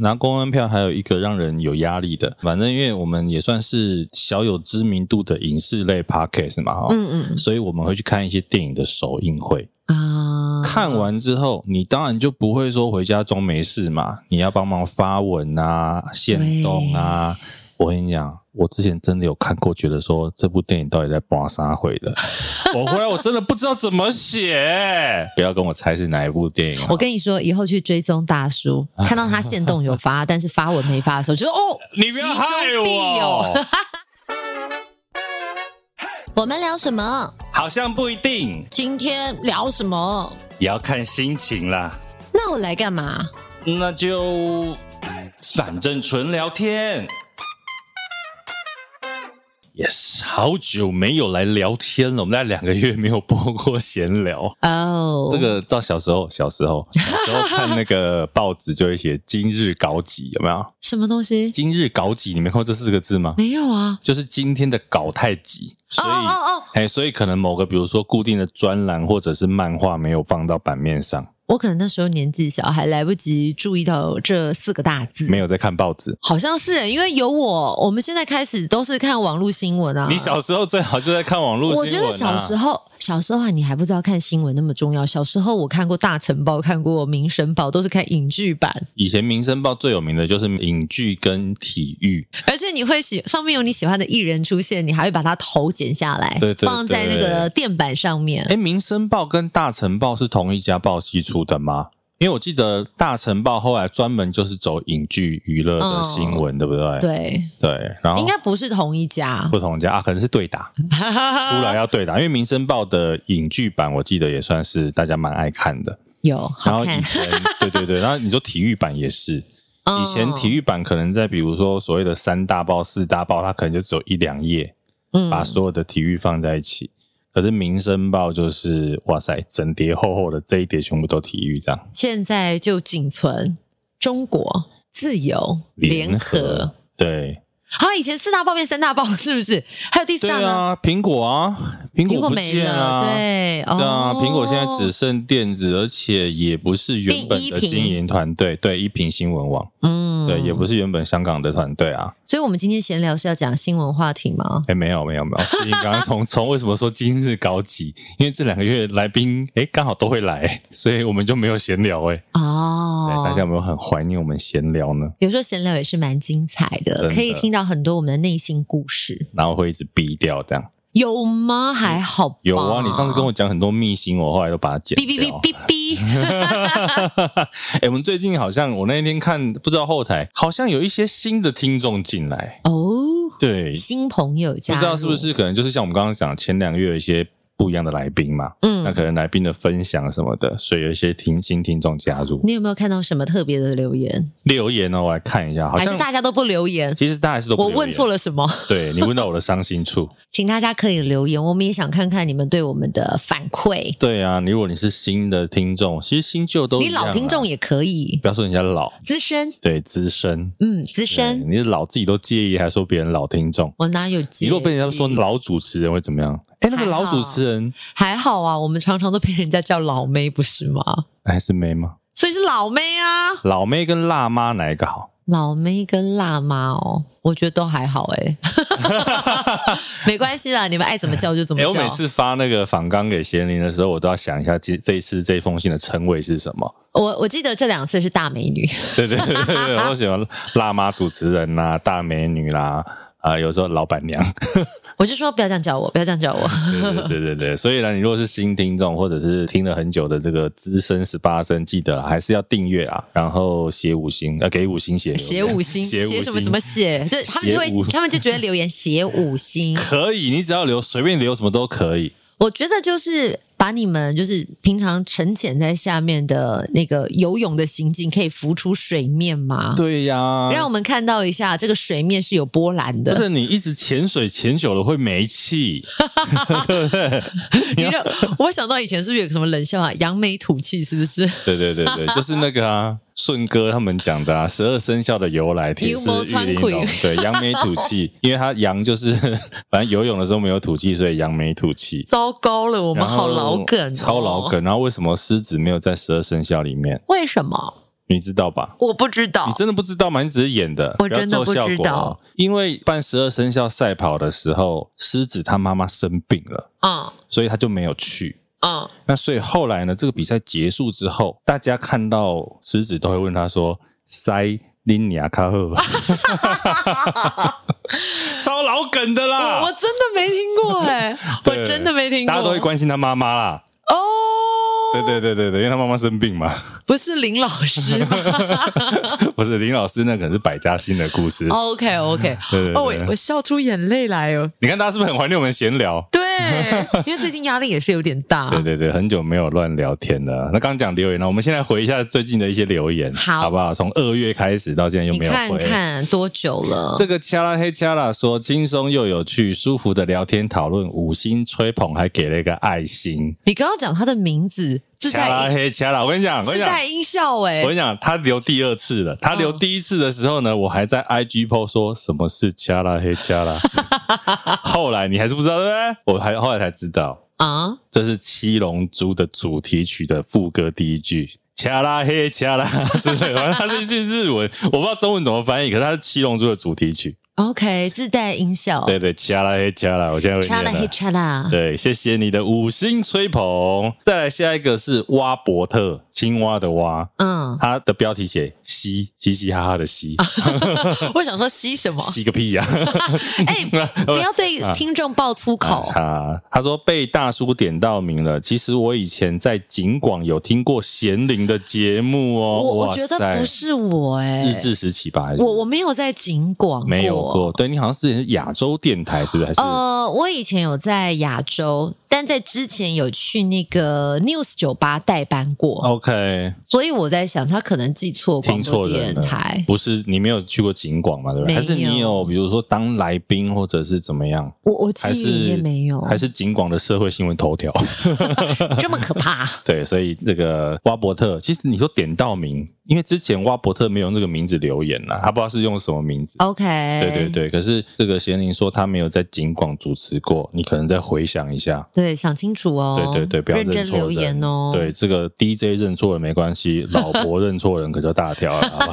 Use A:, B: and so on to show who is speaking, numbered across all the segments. A: 拿公关票还有一个让人有压力的，反正因为我们也算是小有知名度的影视类 podcast 嘛，哈、
B: 嗯嗯
A: 所以我们会去看一些电影的首映会。
B: 啊，
A: 看完之后，你当然就不会说回家装没事嘛，你要帮忙发文啊、线动啊。我跟你讲，我之前真的有看过，觉得说这部电影到底在播啥回的，我回来我真的不知道怎么写。不要跟我猜是哪一部电影啊、
B: 我跟你说，以后去追踪大叔，看到他限动有 发，但是发文没发的时候，就说哦，
A: 你不要害
B: 其中必有。
A: 我，
B: 我们聊什么？
A: 好像不一定，
B: 今天聊什么？
A: 也要看心情啦。
B: 那我来干嘛？
A: 那就反正纯聊天。Yes，好久没有来聊天了，我们大概两个月没有播过闲聊。
B: 哦、
A: 这个照小时候，小时候，小时候看那个报纸就会写“今日搞几”，有没有？
B: 什么东西？
A: 今日搞几，你没看过这四个字吗？
B: 没有啊。
A: 就是今天的搞太急，所以，哎、
B: 哦哦哦，
A: 所以可能某个，比如说固定的专栏或者是漫画没有放到版面上，
B: 我可能那时候年纪小，还来不及注意到这四个大字。
A: 没有在看报纸。
B: 好像是，欸因为有我，我们现在开始都是看网络新闻啊。
A: 你小时候最好就在看网络新
B: 我
A: 闻、啊。
B: 觉得小时候，小时候啊，你还不知道看新闻那么重要。小时候我看过《大晨报》，看过《民生报》，都是看影剧 版，
A: 以前《民生报》最有名的就是影剧跟体育，
B: 而且你会喜上面有你喜欢的艺人出现，你还会把他头剪下来，
A: 对对对
B: 放在那个垫板上面。
A: 诶，《民生报》跟《大成报》是同一家报系出的吗？因为我记得《大成报》后来专门就是走影剧娱乐的新闻，对不对？
B: 嗯对，
A: 对，然后
B: 应该不是同一家。
A: 不同家啊，可能是对打
B: 啊
A: 出来要对打，因为《民生报》的影剧版我记得也算是大家蛮爱看的。
B: 有
A: 然
B: 好
A: 后
B: 看
A: 以，前 对对对，然后你说体育版也是，
B: 嗯
A: 以前体
B: 育
A: 育版可能在比如说所谓的三大报、四大报，它可能就只有一两页，
B: 嗯
A: 把所有的体育放在一起。可是《民生报》就是哇塞，整叠厚厚的这一叠全部都体育这样。
B: 现在就仅存中国自由联合。
A: 对
B: 好、以前四大报变三大报，是不是？还有第四
A: 对
B: 大呢？
A: 啊，苹果啊，苹
B: 苹果
A: 不
B: 没
A: 见
B: 了，
A: 啊，
B: 对，哦
A: 对啊，苹果现在只剩电子，而且也不是原本的
B: 变一品
A: 经营团队，对一品新闻网，
B: 嗯，
A: 对，也不是原本香港的团队啊。
B: 所以，我们今天闲聊是要讲新闻话题吗？
A: 哎，没有没有没有，是你刚刚从 从为什么说今日搞几？因为这两个月来宾哎刚好都会来，所以我们就没有闲聊哎。
B: 哦
A: 对，大家有没有很怀念我们闲聊呢？
B: 有时候闲聊也是蛮精彩的，
A: 真的
B: 可以听到很多我们的内心故事，
A: 然后会一直逼掉这样。
B: 有吗？还好吧
A: 有啊，你上次跟
B: 我
A: 我讲很多秘辛，我后来都把它剪
B: 哔哔
A: 掉。 啊
B: 哔哔哔，
A: 哎、我们最近好像我那天看，不知道后台好像有一些新的听众进来，
B: 哦，
A: 对，
B: 新朋友加
A: 不
B: 入，
A: 知道是不是可能就是像我们刚刚讲前两个月有一些不一样的来宾嘛，那
B: 嗯？
A: 可能来宾的分享什么的，所以有一些听新听众加入
B: 你有没有看到什么特别的留言？
A: 留言呢、我来看一下，好
B: 还
A: 像
B: 是大家都不留言？
A: 其实大家还是都
B: 我问错
A: 了，
B: 了什么？
A: 对你问到我的伤心处。
B: 请大家可以留言，我们也想看看你们对我们的反馈。
A: 对啊，如果你是新的听众，其实新旧都
B: 你
A: 一样啊
B: 老
A: 啦
B: 听众也可以，
A: 不要说人家老，
B: 资深，
A: 对资深，
B: 嗯，资
A: 对
B: 深，
A: 你老自己都介意，还说别人老听众。
B: 我哪有
A: 你
B: 介意？
A: 如果被人家说老主持人会怎么样？哎，那个
B: 还好
A: 老主持人
B: 还好啊，我们常常都被人家叫老妹，不是吗？
A: 还是妹吗？
B: 所以是老妹啊，
A: 老妹跟辣妈哪一个好？
B: 老妹跟辣妈哦，我觉得都还好
A: 欸
B: 哎、 没关系啦，你们爱怎么叫就怎么
A: 哎，
B: 叫。
A: 我每次发那个访纲给贤玲的时候，我都要想一下这这一次这封信的称谓是什么。
B: 我我记得这两次是大美女，
A: 对对对对对，我喜欢辣妈主持人啦、大美女啦，啊，有时候老板娘。
B: 我就说不要这样叫我，不要这 样叫我。
A: 对对对对对，所以呢，你如果是新听众，或者是听了很久的这个资深十八生，记得啦，还是要订阅啊，然后写五星，呃，给五星写留言
B: 写五星，
A: 写五星
B: 写什么？怎么写？就他们就
A: 写五
B: 会，他们就觉得留言写五星。
A: 可以，你只要留随便留什么都可以。
B: 我觉得就是把你们就是平常沉潜在下面的那个游泳的行径，可以浮出水面吗？
A: 对呀、
B: 让我们看到一下这个水面是有波澜
A: 不
B: 的。
A: 是你一直潜水潜久了会没气，
B: 你让我想到以前是不是有什么冷笑话，扬眉吐气，是不 是？
A: 对对对 对，就是那个啊，顺哥他们讲的啊，十二生肖的由来，铁
B: 幽默
A: 是
B: 穿
A: 玉玲
B: 盔
A: 珑，对，扬眉吐气，因为他扬就是 反正游泳的时候没有吐气，所以扬眉吐气。
B: 糟糕了，我
A: 我
B: 们好老梗、哦
A: 超老。梗。然后为什么狮子没有在十二生肖里面？
B: 为什么？
A: 你知道吧？
B: 我不知道
A: 你，真的不知道吗？你只是演的，
B: 哦我真的不知道
A: 要做效果哦。因为办十二生肖赛跑的时候，狮子他妈妈生病了，
B: 嗯
A: 所以他就没有去。
B: 嗯，
A: 那所以后来呢，这个比赛结束之后，大家看到狮子都会问他说：“塞林尼亚卡赫 吧？”超老梗的啦，
B: 我我真的没听过哎、我
A: 对
B: 真的没听过，
A: 大家都会关心他妈妈啦。
B: 哦，
A: 对对对对对，因为他妈妈生病嘛，
B: 不是林老师 吗
A: 不是林老师，那可能是百家姓的故事。
B: ？OK OK，
A: 对对
B: 哦哦，我
A: 对
B: 我笑出眼泪来哦。
A: 你看大家是不是很怀念我们闲聊？
B: 对，因为最近压力也是有点 大。
A: 对对对，很久没有乱聊天了。那刚刚讲留言了，我们现在回一下最近的一些留言，
B: 好
A: 好不好？从二月开始到现在又
B: 你
A: 没有
B: 看哦
A: 回。
B: 看多久了？
A: 这个恰拉黑恰拉说，轻松又有趣，舒服的聊天讨论，五星吹捧，还给了一个爱心。
B: 你刚刚讲他的名字，自
A: 恰拉
B: 带音
A: 黑恰拉，我跟你讲，我跟
B: 自
A: 你讲
B: 带，音效哎、
A: 我跟你讲，他留第二次了。他留第一次的时候呢，我还在 IG po 说什么是恰拉黑恰 拉，后来你还是不知道对不对？我还后来才知道，
B: 啊，
A: 这是《七龙珠》的主题曲的副歌第一句。恰拉嘿恰拉， 真的，反正它是一句日文，我不知道中文怎么翻译，可是它是《七龙珠》的主题曲。
B: OK，自带音效。
A: 对对，恰拉嘿恰哦拉，我现在会
B: 恰啦
A: 念
B: 嘿
A: 了。
B: 恰啦，
A: 对，谢谢你的五星吹捧。再来下一个是蛙伯特，青蛙的蛙，
B: 嗯，
A: 它的标题写嘻嘻嘻哈哈的嘻，
B: 我想说吸啊什么？
A: 嘻个屁呀、
B: 哎、 不要对听众爆粗口。
A: 啊，他说被大叔点到名了。其实我以前在景广有听过贤玲的节目哦。
B: 我我
A: 哇
B: 觉得
A: 塞
B: 不是我哎、
A: 日治时期吧？还是
B: 我我没有在景广，
A: 没有过。。对你好像之前是亚洲电台，是不是？还是、
B: 呃，我以前有在亚洲，但在之前有去那个 News 酒吧代班过，
A: OK？
B: 所以我在想，他可能记错广
A: 听
B: 播
A: 错
B: 电
A: 人
B: 台
A: 了，。不是你没有去过景广嘛？对不对？
B: 没有
A: 还是你有，比如说当来宾或者是怎么样？
B: 我我记
A: 还
B: 忆里
A: 是
B: 面没有，
A: 还是景广的社会新闻头条？
B: 这么可 怕。
A: 对，所以这个蛙伯特，其实你说点到名，因为之前蛙伯特没有用这个名字留言啦，他不知道是用什么名字。
B: OK，
A: 对对对，可是这个贤玲说她没有在景广主持过，你可能再回想一下。
B: 对想清楚哦，
A: 对对对，不要
B: 认
A: 认
B: 真
A: 错
B: 留
A: 人
B: 言哦。
A: 对，这个 DJ 认错人没关系，老婆认错人可就大条了，好不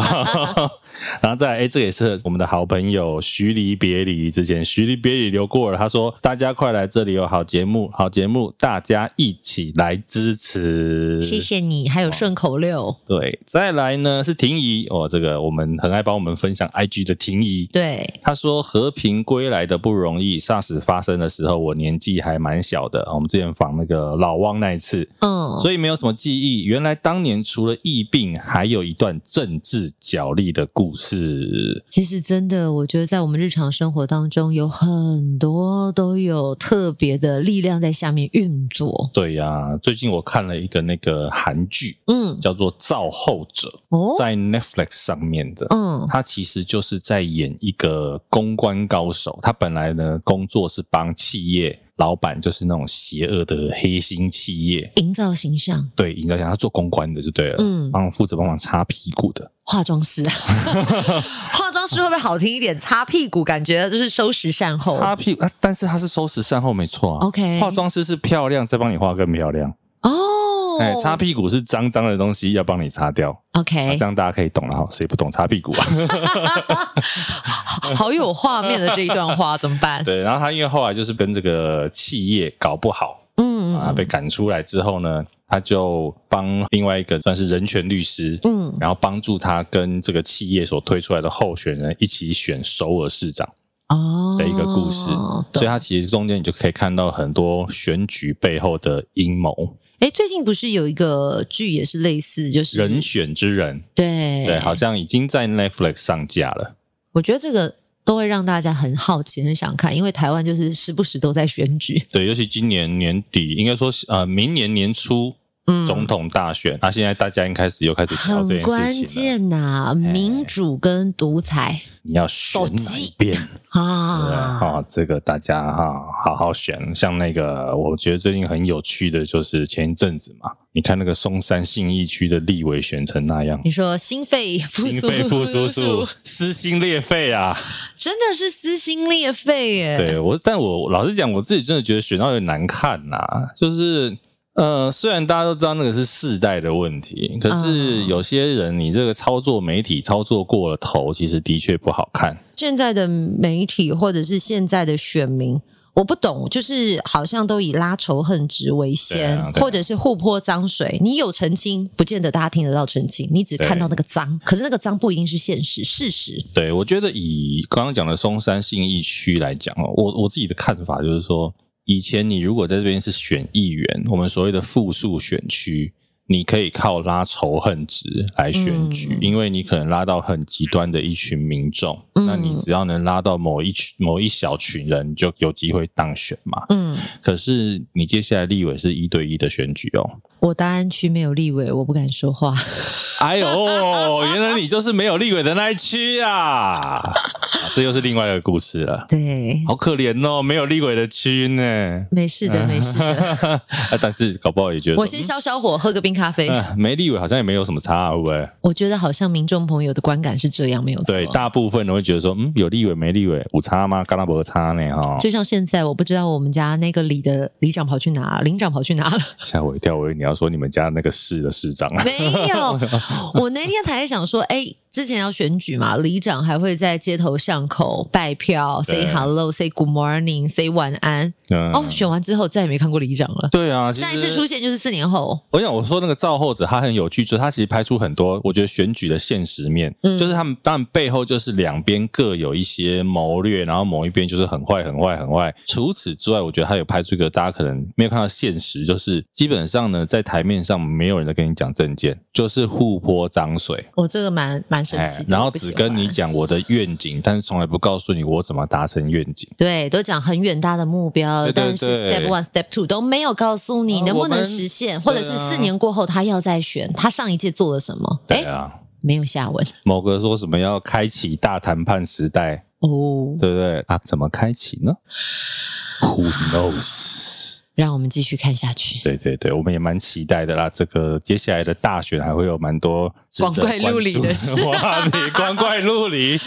A: 好？ 然后再来，哎，这个也是我们的好朋友徐离别离之前，徐离别离留过了，他说：“大家快来这里有好节目，好节目，大家一起来支持。”
B: 谢。谢你，还有顺口溜，
A: 对，再来呢是婷宜哦，这个我们很爱帮我们分享 IG 的婷宜。
B: 对，
A: 他说：“和平归来的不容易，SARS 发生的时候，我年纪还蛮小的。哦我们之前访那个老汪那一次，
B: 嗯，
A: 所以没有什么记忆。原来当年除了疫病，还有一段政治角力的故事。
B: 其实真的，我觉得在我们日常生活当中，有很多都有特别的力量在下面运作。
A: 对呀、最近我看了一个那个韩剧，
B: 嗯，
A: 叫做《造后者
B: 哦》，，
A: 在 Netflix 上面的。
B: 嗯
A: 他其实就是在演一个公关高手。他本来呢工作是帮企业老板，就是那种邪恶的黑心企业，
B: 营造形象，
A: 对，你在讲他做公关的就对了，
B: 嗯
A: 帮忙负责帮忙擦屁股的，
B: 化妆师啊， 化妆师会不会好听一点？擦屁股，感觉就是收拾善后。
A: 擦屁股，啊但是他是收拾善后没错啊。
B: OK
A: 化妆师是漂亮，再帮你画更漂亮。
B: 哦，
A: 哎、擦屁股是脏脏的东西，要帮你擦掉，啊
B: OK，
A: 这样大家可以懂了哈。谁不懂擦屁股啊？
B: 好 好有画面的这一段话怎么办？
A: 对，然后他因为后来就是跟这个企业搞不好
B: 嗯
A: 啊，被赶出来之后呢，他就帮另外一个算是人权律师，
B: 嗯
A: 然后帮助他跟这个企业所推出来的候选人一起选首尔市长。
B: 哦
A: 的一个故事所以它其实中间你就可以看到很多选举背后的阴谋，
B: 哎，诶最近不是有一个剧也是类似，就是
A: 人选之人，
B: 对
A: 对，好像已经在 Netflix 上架了。
B: 我觉得这个都会让大家很好奇、很想看，因为台湾就是时不时都在选举，
A: 对，尤其今年年底，应该说呃，明年年初
B: 嗯
A: 总统大选，那、现在大家应该开始又开始瞧这
B: 很关
A: 件事情了。啊哎
B: 键呐、民主跟独裁
A: 你要选
B: 手
A: 哪
B: 机
A: 一边？对
B: 啊，
A: 啊，这个大家哈好好选。像那个，我觉得最近很有趣的就是前一阵子嘛，你看那个松山信义区的立委选成那 样，
B: 你说心肺复
A: 心
B: 苏，
A: 肺复苏术，撕心裂肺啊！
B: 真的是撕心裂肺耶！
A: 对我，但我老实讲，我自己真的觉得选到有点难看呐、就是呃，虽然大家都知道那个是世代的问题，可是有些人你这个操作媒体操作过了头，其实的确不好看。
B: 现在的媒体或者是现在的选民，我不懂，就是好像都以拉仇恨值为先，
A: 对啊对啊
B: 或者是互泼脏水。你有澄清，不见得大家听得到澄清，你只看到那个脏，可是那个脏不一定是现实事实。
A: 对我觉得以刚刚讲的松山信义区来讲哦，我我自己的看法就是说，以前你如果在这边是选议员，我们所谓的复数选区。你可以靠拉仇恨值来选举，
B: 嗯
A: 因为你可能拉到很极端的一群民众，
B: 嗯
A: 那你只要能拉到某一群、某一小群人，你就有机会当选嘛。
B: 嗯，
A: 可是你接下来立委是一对一的选举哦。
B: 我大安区没有立委，我不敢说话。
A: 哎呦，原来你就是没有立委的那一区啊！啊这又是另外一个故事了，
B: 对，
A: 好可怜哦，没有立委的区呢。
B: 没事
A: 嗯
B: 的，没事的。
A: 啊但是搞不好也觉得说，
B: 我先消消火，喝个冰咖啡。
A: 嗯、没立委好像也没有什么差、啊，会不会？
B: 我觉得好像民众朋友的观感是这样，没有错。
A: 对，大部分人会觉得说，嗯，有立委没立委，有差吗？干拉伯差呢？哈、
B: 就像现在，我不知道我们家那个里的里长跑去哪，领长跑去哪了。
A: 吓我一跳，我以为你要说你们家那个市的市长啊。
B: 没有，我那天才想说，哎、之前要选举嘛，里长还会在街头巷口拜票
A: 对
B: ，say hello，say good morning，say 晚安。
A: 嗯
B: 哦，选完之后再也没看过里长了。
A: 对啊，
B: 下一
A: 其
B: 次
A: 实
B: 出现就是四年后。
A: 我想我说那个赵厚者，他很有趣，就是他其实拍出很多我觉得选举的现实面，
B: 嗯
A: 就是他们当然背后就是两边各有一些谋略，然后某一边就是很坏、很坏、很坏。除此之外，我觉得他有拍出一个大家可能没有看到现实，就是基本上呢，在台面上没有人在跟你讲政见，就是互泼脏水。哎
B: 我哦这个蛮蛮神奇的，
A: 然后
B: 我不喜
A: 只
B: 欢
A: 跟你讲我的愿景，但是从来不告诉你我怎么达成愿景。
B: 对，都讲很远大的目标，
A: 对对
B: 但是
A: 对
B: step one、step two 都没有告诉你
A: 啊
B: 能不
A: 我
B: 能
A: 们
B: 实现，或者是
A: 对啊
B: 四年过后他要再选，他上一届做了什么？
A: 对
B: 诶
A: 啊，
B: 没有下文
A: 某个说什么要开启大谈判时代，
B: 哦。
A: 对不对啊？怎么开启呢？Who knows？
B: 让我们继续看下去。
A: 对对对，我们也蛮期待的啦。这个接下来的大选还会有蛮多值得
B: 光怪陆离的
A: 关注
B: 事
A: 话题，光怪陆离。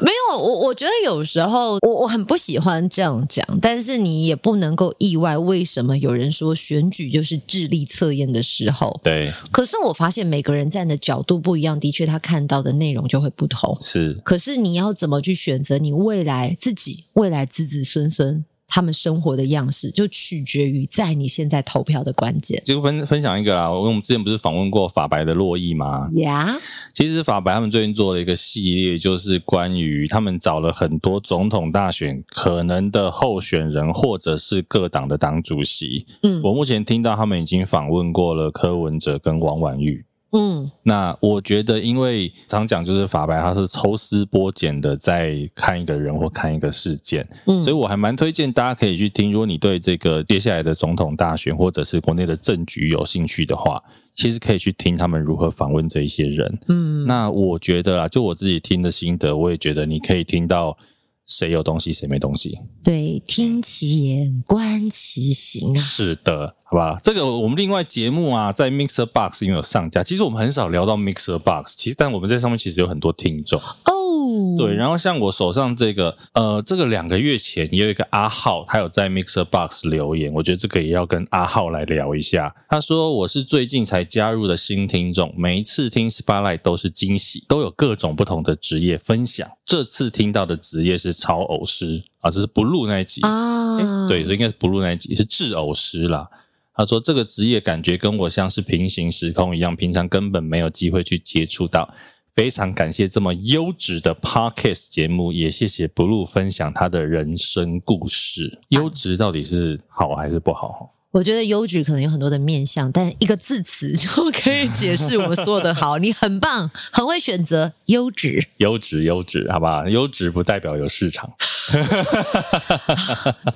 B: 没有，我我觉得有时候我我很不喜欢这样讲，但是你也不能够意外，为什么有人说选举就是智力测验的时候？
A: 对，
B: 可是我发现每个人站的角度不一样，的确他看到的内容就会不同。
A: 是，
B: 可是你要怎么去选择你未来自己、未来子子孙孙他们生活的样式，就取决于在你现在投票的关键
A: 就分分享一个啦。我我们之前不是访问过法白的洛伊吗？
B: 呀。
A: 其实法白他们最近做了一个系列，就是关于他们找了很多总统大选可能的候选人，或者是各党的党主席。
B: 嗯
A: 我目前听到他们已经访问过了柯文哲跟王婉玉。
B: 嗯，
A: 那我觉得，因为常讲就是法白，他是抽丝剥茧的在看一个人或看一个事件，
B: 嗯
A: 所以我还蛮推荐大家可以去听。如果你对这个接下来的总统大选或者是国内的政局有兴趣的话，其实可以去听他们如何访问这一些人。
B: 嗯，
A: 那我觉得啦，就我自己听的心得，我也觉得你可以听到谁有东西，谁没东西。
B: 对，听其言，观其行啊。
A: 是的，好吧，这个我们另外节目啊，在 Mixer Box 因为有上架，其实我们很少聊到 Mixer Box，其实但我们在上面其实有很多听众。
B: 哦，
A: 对，然后像我手上这个，呃，这个两个月前也有一个阿浩，他有在 Mixer Box 留言，我觉得这个也要跟阿浩来聊一下。他说我是最近才加入的新听众，每一次听 Spotlight 都是惊喜，都有各种不同的职业分享。这次听到的职业是超偶师啊，这是不录那一集，
B: 啊，
A: 对，应该是不录那一集，是制偶师啦。他说这个职业感觉跟我像是平行时空一样，平常根本没有机会去接触到。非常感谢这么优质的 podcast 节目，也谢谢 Blue 分享他的人生故事。优质到底是好还是不好？
B: 我觉得优质可能有很多的面向，但一个字词就可以解释我们所有的好。你很棒，很会选择，优质。
A: 优质优质，好吧，优质不代表有市场。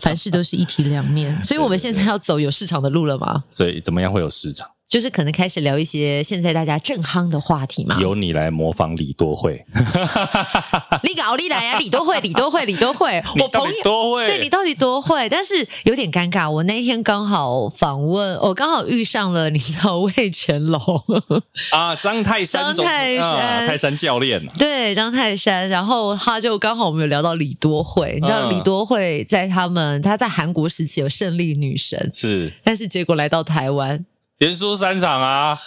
B: 凡事都是一体两面，所以我们现在要走有市场的路了吗？
A: 所以怎么样会有市场？
B: 就是可能开始聊一些现在大家正夯的话题嘛。
A: 由你来模仿李多惠，
B: 你搞你来呀、李多会，李多会，李多会， 我
A: 你到
B: 朋
A: 底
B: 友。
A: 多惠，
B: 对你到底多会？但是有点尴尬。我那一天刚好访问，我刚好遇上了你知道魏全龙，
A: 啊，张泰山总
B: 张泰山
A: 啊泰山教练啊
B: 对张泰山，然后他就刚好我们有聊到李多惠，你知道
A: 嗯
B: 李多惠在他们他在韩国时期有胜利女神，
A: 是
B: 但是结果来到台湾，
A: 连输三场啊，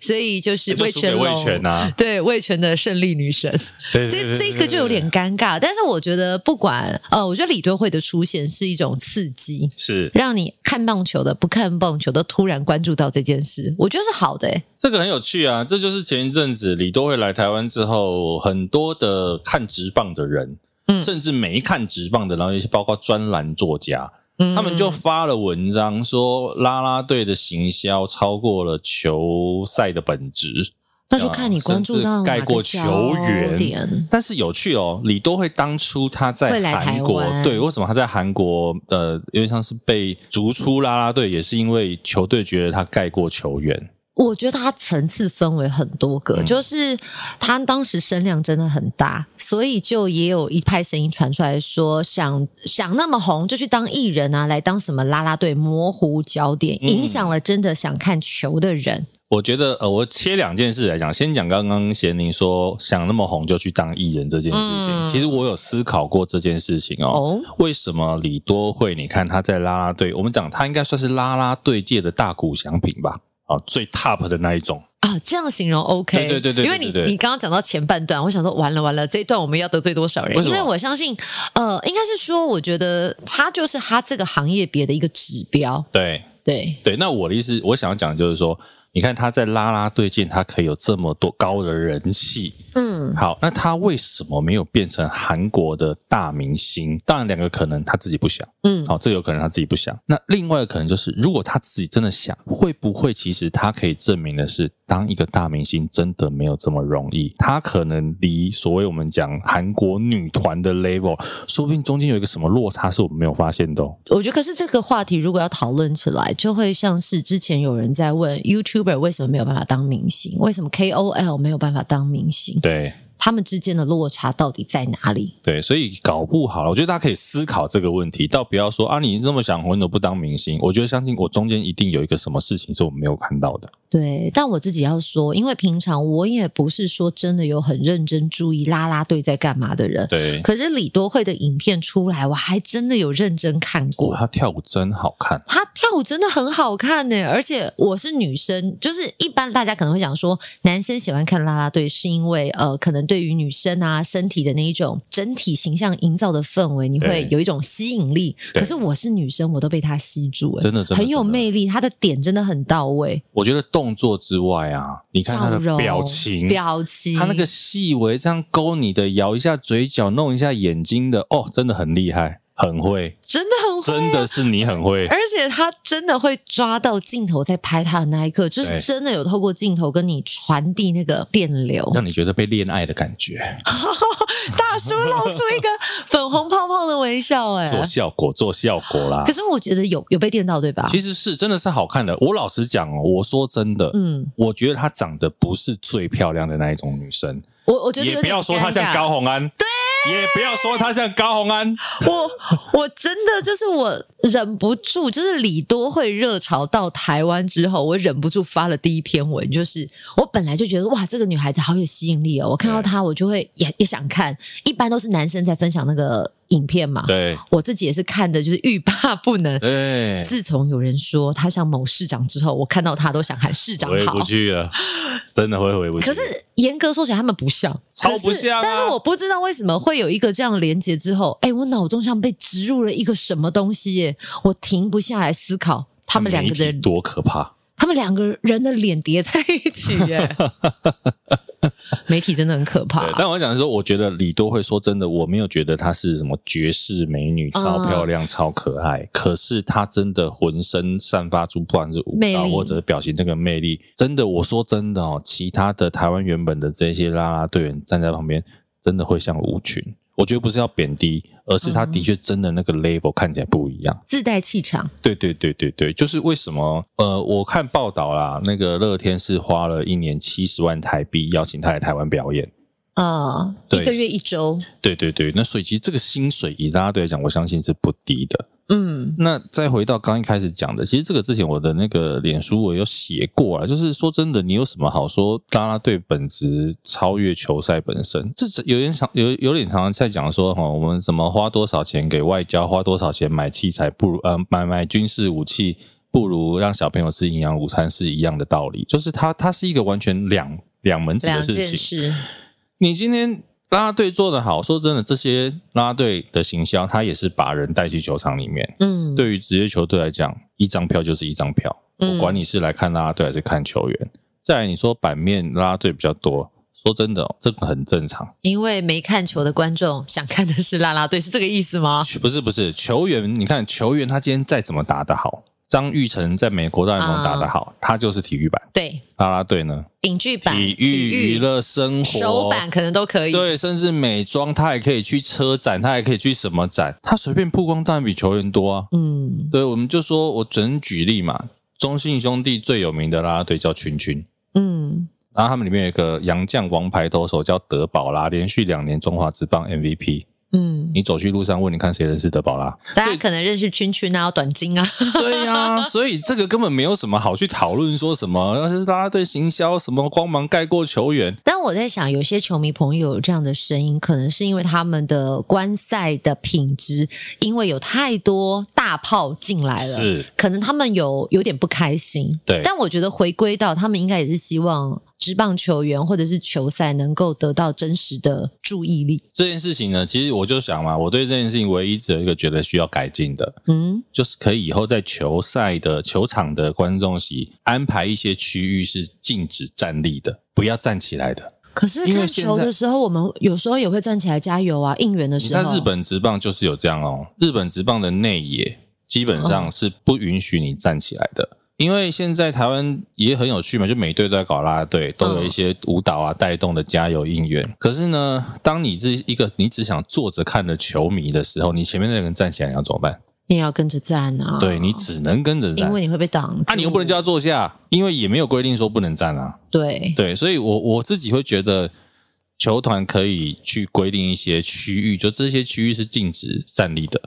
B: 所以就是
A: 哎就
B: 魏
A: 输给
B: 全
A: 魏
B: 龙。
A: 权 啊，
B: 对魏全的胜利女神，
A: 对，对
B: 这这个就有点尴尬。但是我觉得，不管呃，我觉得李多惠的出现是一种刺激，
A: 是
B: 让你看棒球的、不看棒球的突然关注到这件事，我觉得是好的、欸。
A: 这个很有趣啊，这就是前一阵子李多惠来台湾之后，很多的看直棒的人，
B: 嗯
A: 甚至没看直棒的，然后一些包括专栏作家，
B: 嗯
A: 他们就发了文章说啦啦队的行销超过了球赛的本质。
B: 那就看你关注到
A: 啊甚至
B: 哪
A: 盖
B: 个
A: 过球员
B: 焦点。
A: 但是有趣哦，李多惠当初他
B: 会
A: 在
B: 来
A: 韩
B: 台
A: 国，
B: 湾
A: 对，为什么他在韩国呃，有点像是被逐出啦啦队，也是因为球队觉得他盖过球员。
B: 我觉得它层次分为很多个，
A: 嗯
B: 就是他当时声量真的很大，所以就也有一派声音传出来说，想想那么红就去当艺人啊，来当什么啦啦队，模糊焦点，
A: 嗯
B: 影响了真的想看球的人。
A: 我觉得呃，我切两件事来讲，先讲刚刚贤宁说想那么红就去当艺人这件事情，
B: 嗯
A: 其实我有思考过这件事情哦。
B: 哦，
A: 为什么李多惠？你看他在啦啦队，我们讲他应该算是啦啦队界的大鼓响品吧，啊，最 top 的那一种。
B: 啊，这样形容 OK，
A: 对对对对
B: 因为你
A: 对对对
B: 你刚刚讲到前半段，我想说完了完了，这一段我们要得罪多少人？
A: 为什
B: 因
A: 么
B: 为我相信，呃，应该是说，我觉得它就是它这个行业别的一个指标，
A: 对
B: 对，
A: 对，那我的意思，我想要讲的就是说，你看他在啦啦队界，他可以有这么多高的人气。
B: 嗯
A: 好，那他为什么没有变成韩国的大明星？当然，两个可能他自己不想。
B: 嗯，
A: 好，这有可能他自己不想。那另外一个可能就是，如果他自己真的想，会不会其实他可以证明的是，当一个大明星真的没有这么容易。他可能离所谓我们讲韩国女团的 level，说不定中间有一个什么落差是我们没有发现的、哦。
B: 我觉得可是这个话题如果要讨论起来，就会像是之前有人在问 YouTuber 为什么没有办法当明星，为什么 KOL 没有办法当明星，
A: 对
B: 他们之间的落差到底在哪里？
A: 对，所以搞不好，我觉得大家可以思考这个问题，倒不要说啊，你那么想红，你怎么不当明星？我觉得相信我中间一定有一个什么事情是我们没有看到的。
B: 对，但我自己要说，因为平常我也不是说真的有很认真注意啦啦队在干嘛的人，
A: 对，
B: 可是李多惠的影片出来，我还真的有认真看
A: 哇，
B: 过。
A: 他跳舞真好看。
B: 她跳舞真的很好看呢，而且我是女生，就是一般大家可能会讲说，男生喜欢看啦啦队是因为呃，可能对于女生啊身体的那一种整体形象营造的氛围，你会
A: 对
B: 有一种吸引力。
A: 对
B: 可是我是女生，我都被她吸住，哎
A: 真的真的
B: 很有
A: 真的
B: 魅力，她的点真的很到位，
A: 我觉得动作之外啊，你看他
B: 笑
A: 的
B: 容、
A: 表情，
B: 表情，
A: 他那个细微这样勾你的，摇一下嘴角，弄一下眼睛的，哦，真的很厉害，很会，
B: 真的很会啊
A: 真的是你很会。
B: 而且他真的会抓到镜头在拍他的那一刻，就是
A: 对
B: 真的有透过镜头跟你传递那个电流。
A: 让你觉得被恋爱的感觉，
B: 大叔露出一个粉红泡泡的微笑、
A: 做
B: 哎，
A: 效果，做效果啦
B: 可。是我觉得有有被电到，对吧？
A: 其实是真的是好看的。我老实讲哦，我说真的，
B: 嗯，
A: 我觉得她长得不是最漂亮的那一种女生，
B: 我我觉得
A: 也
B: 有
A: 不
B: 点
A: 要说她
B: 尴
A: 像
B: 尬啊
A: 高红安，对，也不要说她像高红安，
B: 我我真的就是我忍不住，就是李多惠热潮到台湾之后，我忍不住发了第一篇文，就是我本来就觉得哇，这个女孩子好有吸引力哦，我看到
A: 对
B: 她我就会也也想看。一般都是男生在分享那个影片嘛，
A: 对
B: 我自己也是看的，就是欲罢不能。
A: 对，
B: 自从有人说她像某市长之后，我看到她都想喊市长
A: 回
B: 好
A: 不。去了，真的会回不去。
B: 可是呃严格说起来，他们不像，
A: 超
B: 可是
A: 不像啊
B: 但是我不知道为什么会有一个这样连接之后，哎，我脑中像被植入了一个什么东西耶，我停不下来思考他们两个
A: 媒体
B: 人，
A: 多可怕！
B: 他们两个人的脸叠在一起耶。媒体真的很可
A: 对，
B: 怕。
A: 但我想说，我觉得李多惠说真的，我没有觉得她是什么绝世美女，
B: 嗯
A: 超漂亮、超可爱。可是她真的浑身散发出，不管是舞
B: 魅
A: 蹈
B: 力
A: 或者是表情，这个魅力，真的，我说真的哦，其他的台湾原本的这些啦啦队员站在旁边，真的会像舞群。我觉得不是要贬低，而是
B: 嗯
A: 他的确真的那个 level 看起来不一样。
B: 自带气场，
A: 对对对对对，就是为什么？呃，我看报道啦，那个乐天是花了一年七十万台币邀请他来台湾表演。
B: 呃，
A: 对
B: 一个月一周，
A: 对对对，那所以其实这个薪水以大家队来讲，我相信是不低的。
B: 嗯，
A: 那再回到刚一开始讲的，其实这个之前我的那个脸书我有写过啊，就是说真的，你有什么好说啦啦队本质超越球赛本身？这这有点常有有点常常在讲说哈，我们怎么花多少钱给外交，花多少钱买器材，不如呃买买军事武器，不如让小朋友吃营养午餐是一样的道理，就是它它是一个完全两两门子
B: 两
A: 的事
B: 件
A: 情。
B: 事，
A: 你今天啦啦队做得好，说真的，这些啦啦队的行销，他也是把人带去球场里面。
B: 嗯，
A: 对于职业球队来讲，一张票就是一张票，
B: 嗯
A: 我管你是来看啦啦队还是看球员。再来，你说版面啦啦队比较多，说真的、哦，这个很正常。
B: 因为没看球的观众想看的是啦啦队，是这个意思吗？
A: 不是不是，球员，你看球员他今天再怎么打得好，张玉成在美国大联
B: 啊
A: 盟打得好，他就是体育版。
B: 对，
A: 啦啦队呢，
B: 影剧版、
A: 体育娱乐生活
B: 手版可能都可以，
A: 对，甚至美妆，他也可以去车展，他也可以去什么展，他随便曝光当然比球员多啊。
B: 嗯
A: 对，我们就说，我只能举例嘛，中信兄弟最有名的啦啦队叫群群，
B: 嗯，
A: 然后他们里面有一个洋将王牌投手叫德保拉，连续两年中华职棒 MVP。
B: 嗯，
A: 你走去路上问，你看谁认识德保 拉？
B: 大家可能认识圈圈啊、短金啊，
A: 对呀、所以这个根本没有什么好去讨论，说什么要是啦啦队行销什么光芒盖过球员，
B: 但我在想，有些球迷朋友有这样的声音，可能是因为他们的观赛的品质，因为有太多大炮进来了，
A: 是
B: 可能他们有有点不开心。
A: 对
B: 但我觉得回归到他们，应该也是希望职棒球员或者是球赛能够得到真实的注意力。
A: 这件事情呢，其实我就想嘛，我对这件事情唯一只有一个觉得需要改进的，
B: 嗯，
A: 就是可以以后在球赛的球场的观众席安排一些区域是禁止站立的，不要站起来的。
B: 可是
A: 因为
B: 看
A: 现
B: 球
A: 在
B: 的时候，我们有时候也会站起来加油啊，应援的
A: 你
B: 时
A: 看
B: 候。
A: 日本职棒就是有这样哦，日本职棒的内野基本上是不允许你站起来的。因为现在台湾也很有趣嘛，就每队都在搞啦啦队，都有一些舞蹈啊带动的加油应援。可是呢，当你是一个你只想坐着看的球迷的时候，你前面那个人站起来，你要怎么办？
B: 你也要跟着站啊，
A: 对你只能跟着站
B: 因为，你会被挡住，
A: 啊，你又不能叫他坐下，因为也没有规定说不能站啊。
B: 对，
A: 对，所以我我自己会觉得，球团可以去规定一些区域，就这些区域是禁止站立的。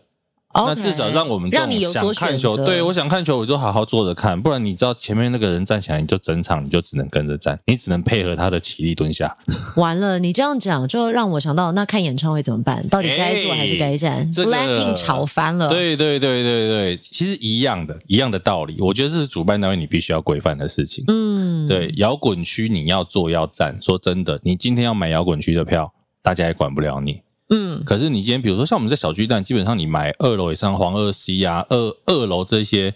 A: 那
B: OK
A: 至少让我们这
B: 哦让
A: 种
B: 你有
A: 想
B: 所
A: 看
B: 选
A: 球，
B: 择。
A: 对我想看球，我就好好坐着看，不然你知道前面那个人站起来，你就整场你就只能跟着站，你只能配合他的起立蹲下。
B: 完了，你这样讲就让我想到，那看演唱会怎么办？到底该坐还是该站、
A: 哎这
B: b
A: 个
B: l a c k p i n k 吵翻了，
A: 对对对对对，其实一样的，一样的道理，我觉得这是主办单位你必须要规范的事情。
B: 嗯，
A: 对，，摇滚区你要坐要站，说真的，你今天要买摇滚区的票，大家也管不了你。
B: 嗯
A: 可是你今天比如说像我们在小巨蛋，基本上你买二楼以上黄二 C 啊、二二楼这些，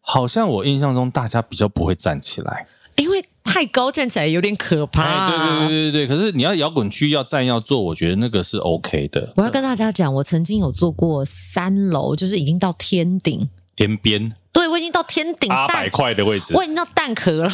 A: 好像我印象中大家比较不会站起来。
B: 因为太高站起来有点可怕、
A: 哎，对对对对对，可是你要摇滚区要站要坐，我觉得那个是 OK 的。
B: 我要跟大家讲，我曾经有坐过三楼，就是已经到天顶，
A: 天边
B: 对我已经到天顶
A: 八
B: 蛋
A: 百块的位置
B: 我，已经到蛋壳了，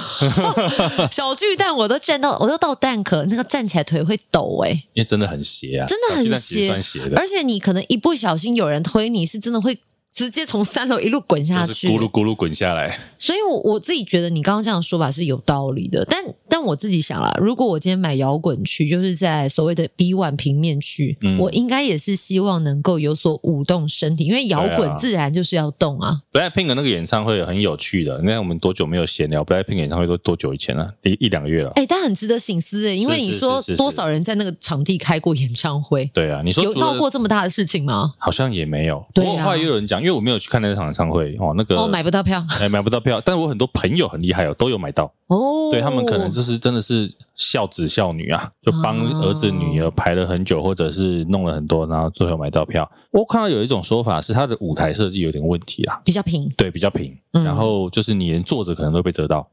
B: 小巨蛋我都站到，我都到蛋壳，那个站起来腿会抖哎、
A: 因为真的很斜啊，
B: 真的
A: 小
B: 很
A: 巨蛋其实
B: 斜
A: 算斜的，
B: 而且你可能一不小心有人推你，是真的会直接从三楼一路滚下
A: 就是
B: 去，
A: 咕噜咕噜滚下来。
B: 所以我，我自己觉得你刚刚这样说法是有道理的，但但我自己想啦，如果我今天买摇滚区，就是在所谓的 B one 平面区，
A: 嗯
B: 我应该也是希望能够有所舞动身体，因为摇
A: 对
B: 滚
A: 啊
B: 自然就是要动啊。
A: Blackpink 的那个演唱会很有趣的，那我们多久没有闲聊？Blackpink 演唱会都多久以前了？一一两个月了。
B: 哎、但很值得省思欸诶、因为
A: 是
B: 你
A: 是
B: 说
A: 是是是
B: 多少人在那个场地开过演唱会，
A: 对啊，你说
B: 有
A: 除了
B: 闹过这么大的事情吗？
A: 好像也没有。
B: 对啊
A: 不过后来又有人讲，因为我没有去看那场演唱会哦，那个
B: 哦，买不到票
A: 哎买不到票，但我很多朋友很厉害哦，都有买到。
B: 哦，
A: 对他们可能就是真的是孝子孝女啊，就帮
B: 哦
A: 儿子女儿排了很久，或者是弄了很多，然后最后买到票。我看到有一种说法是，他的舞台设计有点问题啦，
B: 比较平。
A: 对，比较平，
B: 嗯
A: 然后就是你连坐着可能都被折到。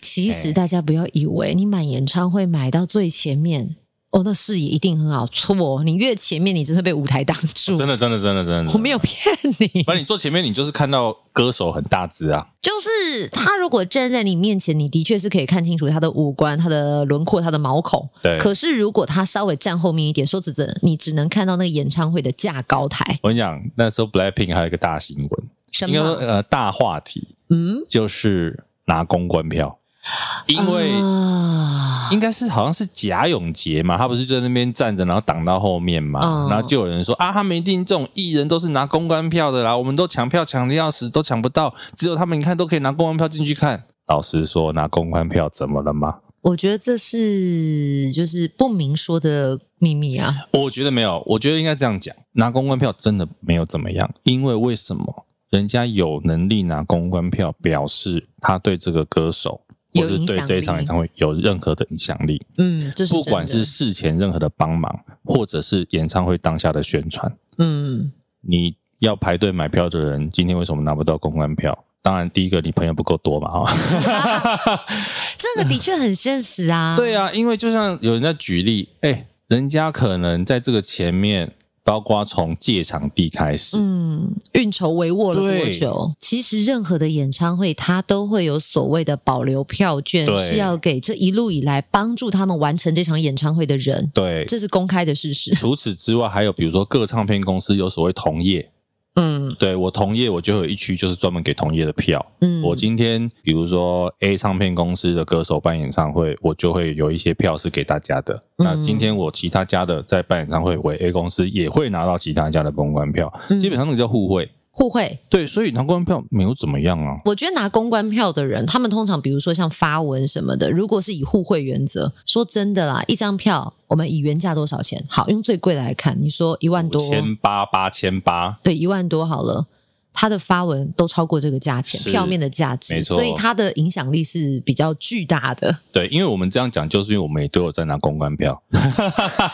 B: 其实
A: 哎
B: 大家不要以为你买演唱会买到最前面。哦，那视野一定很好。错，你越前面，你只会被舞台挡住。
A: 哦真的，真的，真的，真的。
B: 我没有骗你
A: 不。然你坐前面，你就是看到歌手很大只啊，
B: 就是他如果站在你面前，你的确是可以看清楚他的五官、他的轮廓、他的毛孔。
A: 对。
B: 可是如果他稍微站后面一点，说真的，你只能看到那个演唱会的架高台。
A: 我跟你讲，那时候 Blackpink 还有一个大新闻，
B: 什
A: 应该说
B: 么？
A: 呃大话题
B: 嗯，
A: 就是拿公关票，因为
B: 啊
A: 应该是好像是贾永杰嘛，他不是就在那边站着，然后挡到后面嘛，
B: 嗯
A: 然后就有人说啊，他们一定这种艺人都是拿公关票的啦，我们都抢票抢的要死，都抢不到，只有他们你看都可以拿公关票进去看。老实说，拿公关票怎么了吗？
B: 我觉得这是就是不明说的秘密啊。
A: 我觉得没有，我觉得应该这样讲，拿公关票真的没有怎么样，因为为什么人家有能力拿公关票，表示他对这个歌手或
B: 有
A: 是
B: 影响
A: 对
B: 力
A: 这一场演唱会有任何的影响力，
B: 嗯，这是
A: 不
B: 真的
A: 管是事前任何的帮忙，或者是演唱会当下的宣传，
B: 嗯
A: 你要排队买票的人，今天为什么拿不到公关票？当然，第一个你朋友不够多嘛，
B: 啊
A: 哈。
B: 这个的确很现实啊。
A: 对，啊，因为就像有人在举例，哎、人家可能在这个前面，包括从借场地开始，
B: 嗯，运筹帷幄了多
A: 对
B: 久？其实任何的演唱会，它都会有所谓的保留票券，
A: 对
B: 是要给这一路以来帮助他们完成这场演唱会的人，
A: 对。
B: 这是公开的事 实。
A: 除此之外，还有比如说各唱片公司有所谓同业，
B: 嗯
A: 对我同业我就有一区就是专门给同业的票。
B: 嗯，
A: 我今天比如说 A 唱片公司的歌手办演唱会，我就会有一些票是给大家的。
B: 嗯
A: 那今天我其他家的在办演唱会，我 A 公司也会拿到其他家的公关票，
B: 嗯
A: 基本上那个叫互惠。
B: 互惠。
A: 对，所以拿公关票没有怎么样啊。
B: 我觉得拿公关票的人，他们通常比如说像发文什么的，如果是以互惠原则，说真的啦，一张票我们以原价多少钱？好，用最贵来看，你说一万
A: 五
B: 多，
A: 千八八千八，
B: 对，一万多好了。他的发文都超过这个价钱，
A: 是
B: 票面的价值，
A: 没错
B: 所以他的影响力是比较巨大的。
A: 对，因为我们这样讲，就是因为我们也都有在拿公关票。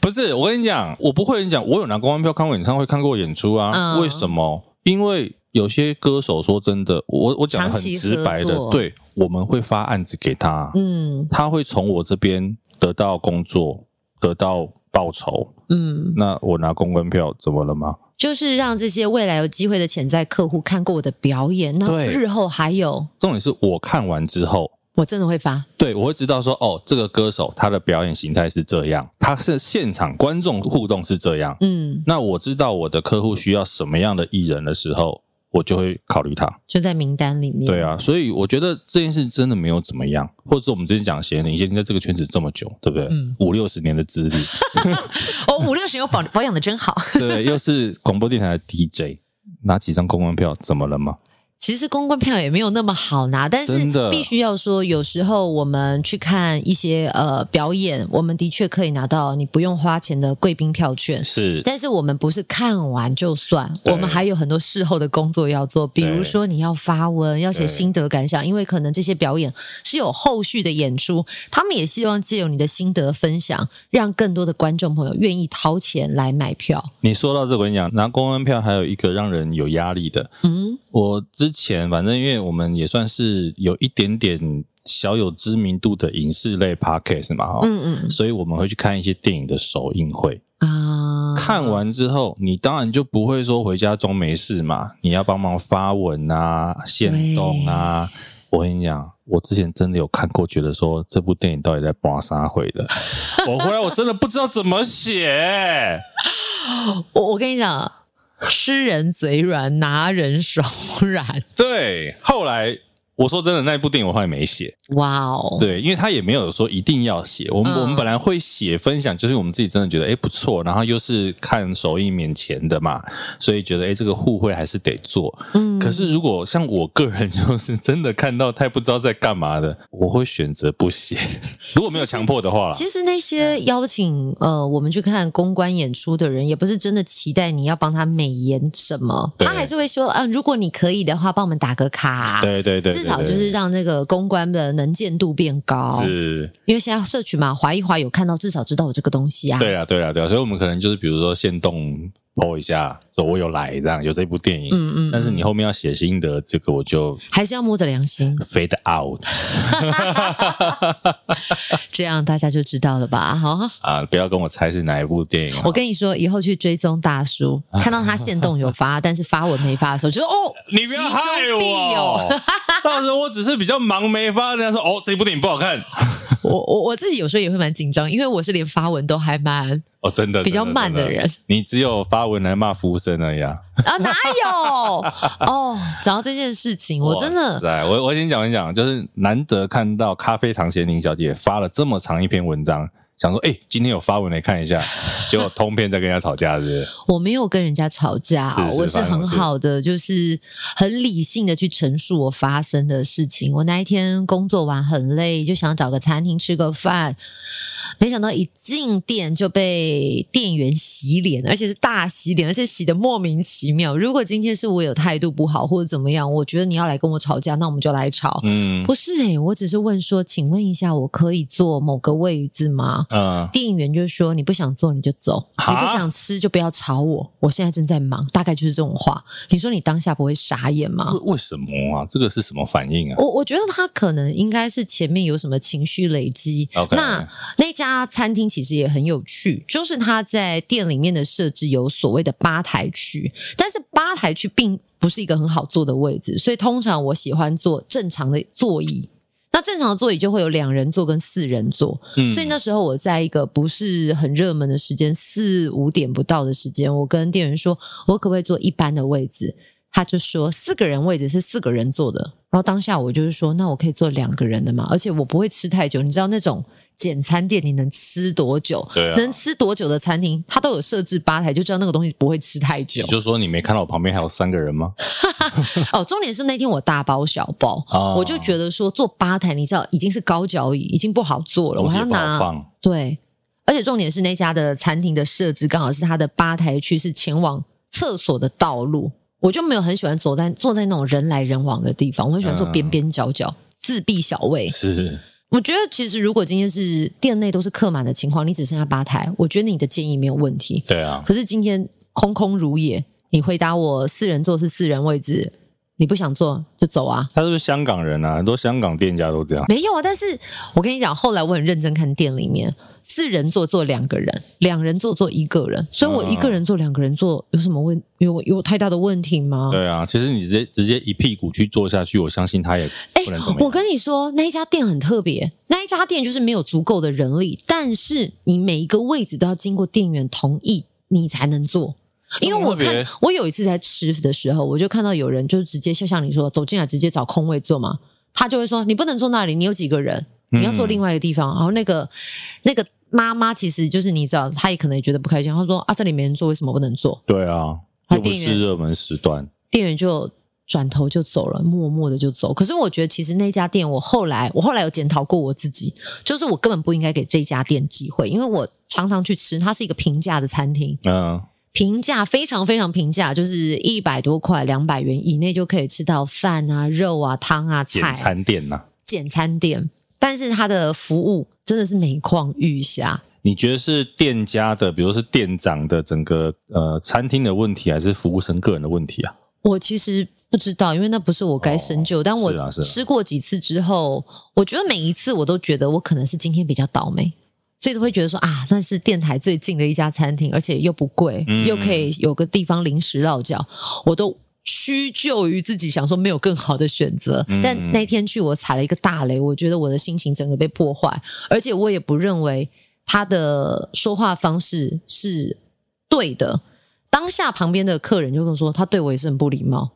A: 不是，我跟你讲，我不会跟你讲，我有拿公关票看过演唱会，看过演出啊。
B: 嗯
A: 为什么？因为有些歌手说真的，我我讲的很
B: 长期
A: 直白
B: 合
A: 的
B: 作，
A: 对，我们会发案子给他，
B: 嗯
A: 他会从我这边得到工作，得到报酬。
B: 嗯，
A: 那我拿公关票怎么了吗？
B: 就是让这些未来有机会的潜在客户看过我的表演，那
A: 对
B: 日后还有，
A: 重点是我看完之后，
B: 我真的会发。
A: 对，我会知道说，哦，这个歌手他的表演形态是这样，他是现场观众互动是这样。
B: 嗯，
A: 那我知道我的客户需要什么样的艺人的时候，我就会考虑他。
B: 就在名单里面。
A: 对，啊，所以我觉得这件事真的没有怎么样，或者是我们之前讲贤玲，贤玲在这个圈子这么久，对不对？
B: 嗯
A: 五六十年的资历，
B: 哦，五六十有保保养的真好。
A: 对不对，又是广播电台的 DJ，拿几张公关票怎么了吗？
B: 其实公关票也没有那么好拿，但是
A: 真的
B: 必须要说，有时候我们去看一些呃表演，我们的确可以拿到你不用花钱的贵宾票券。
A: 是，
B: 但是我们不是看完就算，
A: 对
B: 我们还有很多事后的工作要做，比如说你要发文，要写心得感想，因为可能这些表演是有后续的演出，他们也希望借由你的心得分享，让更多的观众朋友愿意掏钱来买票。
A: 你说到这个，我跟你讲，拿公关票还有一个让人有压力的，
B: 嗯
A: 我之前反正因为我们也算是有一点点小有知名度的影视类 podcast 嘛，哈、
B: 嗯
A: 所以我们会去看一些电影的首映会。
B: 嗯啊，
A: 看完之后，你当然就不会说回家装没事嘛，你要帮忙发文啊、线动啊。我跟你讲，我之前真的有看过，觉得说这部电影到底在播啥回的。我回来我真的不知道怎么写，
B: 我我跟你讲，吃人嘴软，拿人手软。
A: 对，后来。我说真的，那一部电影我后来没写，
B: 哇哦，
A: 对，因为他也没有说一定要写。我们、
B: 嗯
A: 我们本来会写分享，就是我们自己真的觉得哎不错，然后又是看首映免钱的嘛，所以觉得哎这个互惠还是得做。
B: 嗯
A: 可是如果像我个人， 就是真的看到太不知道在干嘛的，我会选择不写。 如果没有强迫的话啦，
B: 其实那
A: 嗯
B: 些邀请呃我们去看公关演出的人，也不是真的期待你要帮他美言什么，
A: 对
B: 他还是会说，嗯、如果你可以的话，帮我们打个卡。
A: 对对对，
B: 至少
A: 对
B: 就
A: 对嗯
B: 是哦让那个公关的能见度变高，
A: 是，
B: 因为现在社群嘛，划一划有看到，至少知道我这个东西啊。
A: 对啊对啊对啊，所以我们可能就是比如说限动 po 一下，说我有来这样，有这部电影。
B: 嗯嗯，
A: 但是你后面要写心得，这个我就
B: 还是要摸着良心，
A: fade out
B: 这样大家就知道了吧？哈。
A: 啊！不要跟我猜是哪一部电影啊。
B: 我跟你说，以后去追踪大叔，看到他现动有 发，但是发文没发的时候，就说哦，
A: 你不要害
B: 其中哦必有
A: 我。到时候我只是比较忙没发，人家说哦这部电影不好看
B: 我我我自己有时候也会蛮紧张，因为我是连发文都还蛮
A: 哦，真的
B: 比较
A: 真的
B: 慢的
A: 真
B: 人
A: 你只有发文来骂服务生而已啊。
B: 啊，哪有哦？讲到这件事情，我真
A: 哇
B: 的
A: 塞，我我先讲一讲，就是难得看到咖啡糖贤玲小姐发了这么长一篇文章，想说哎、今天有发文来看一 下，结果通篇在跟人家吵架是不是？
B: 我没有跟人家吵架，
A: 是是
B: 我
A: 发生
B: 是
A: 什
B: 很
A: 么事
B: 好的，就是很理性的去陈述我发生的事情。我那一天工作完很累，就想找个餐厅吃个饭，没想到一进店就被店员洗脸，而且是大洗脸，而且洗的莫名其妙。如果今天是我有态度不好或者怎么样，我觉得你要来跟我吵架，那我们就来吵。
A: 嗯
B: 不是诶、我只是问说，请问一下，我可以坐某个位置吗？
A: 嗯，
B: 店员就说：“你不想做你就走，
A: 啊
B: 你不想吃就不要吵我，我现在正在忙。”大概就是这种话。你说你当下不会傻眼吗
A: 为？为什么啊？这个是什么反应啊
B: 我我觉得他可能应该是前面有什么情绪累积。
A: ？OK，
B: 那那家餐厅其实也很有趣，就是他在店里面的设置有所谓的吧台区，但是吧台区并不是一个很好坐的位置，所以通常我喜欢坐正常的座椅。那正常的座椅就会有两人座跟四人座，
A: 嗯
B: 所以那时候我在一个不是很热门的时间，四五点不到的时间，我跟店员说，我可不可以坐一般的位置？他就说四个人位置是四个人坐的，然后当下我就是说，那我可以坐两个人的嘛，而且我不会吃太久，你知道那种简餐店你能吃多久？
A: 对啊
B: 能吃多久的餐厅，它都有设置吧台，就知道那个东西不会吃太久
A: 也。 就是说你没看到我旁边还有三个人吗？
B: 哦，重点是那天我大包小包，
A: 哦
B: 我就觉得说坐吧台，你知道已经是高脚椅，已经不好坐了，我
A: 东西
B: 还要
A: 也不好
B: 拿
A: 放，
B: 对，而且重点是那家的餐厅的设置刚好是它的吧台区是前往厕所的道路，我就没有很喜欢坐在坐在那种人来人往的地方，我很喜欢坐边边角角。自闭小位，
A: 是
B: 我觉得其实如果今天是店内都是客满的情况，你只剩下吧台，我觉得你的建议没有问题。
A: 对啊，
B: 可是今天空空如也，你回答我四人座是四人位置，你不想坐就走啊。
A: 他是不是香港人啊？很多香港店家都这样。
B: 没有啊，但是我跟你讲，后来我很认真看店里面，四人座坐两个人，两人座坐一个人，所以我一个人坐两个人坐有什么问有有太大的问题吗？
A: 对啊，其实你直接直接一屁股去坐下去，我相信他也
B: 哎
A: 不能怎么样。
B: 我跟你说，那一家店很特别，那一家店就是没有足够的人力，但是你每一个位置都要经过店员同意，你才能坐。
A: 这
B: 因
A: 么
B: 为我
A: 特别
B: 看，我有一次在吃的时候，我就看到有人就直接就像你说走进来直接找空位坐嘛，他就会说你不能坐那里，你有几个人，你要坐
A: 嗯
B: 另外一个地方。然后那个那个妈妈其实就是你知道，她也可能也觉得不开心，她说啊这里没人坐，为什么不能坐？
A: 对啊，
B: 他
A: 又不
B: 店员
A: 是热门时段，
B: 店员就转头就走了，默默的就走。可是我觉得，其实那家店，我后来我后来有检讨过我自己，就是我根本不应该给这家店机会，因为我常常去吃，它是一个平价的餐厅，
A: 嗯，
B: 平价非常非常平价，就是一百多块、两百元以内就可以吃到饭啊、肉啊、汤啊、
A: 简
B: 菜
A: 餐店呐、
B: 简餐店。但是它的服务真的是每况愈下，
A: 你觉得是店家的，比如是店长的整个呃餐厅的问题，还是服务生个人的问题啊？
B: 我其实不知道，因为那不是我该深究。但
A: 是啊
B: 我
A: 是啊
B: 吃过几次之后，我觉得每一次我都觉得我可能是今天比较倒霉，所以都会觉得说啊，那是电台最近的一家餐厅，而且又不贵，
A: 嗯
B: 又可以有个地方临时落脚，我都。屈就于自己，想说没有更好的选择。
A: 嗯
B: 但那天去，我踩了一个大雷，我觉得我的心情整个被破坏，而且我也不认为他的说话方式是对的。当下旁边的客人就跟我说，他对我也是很不礼貌，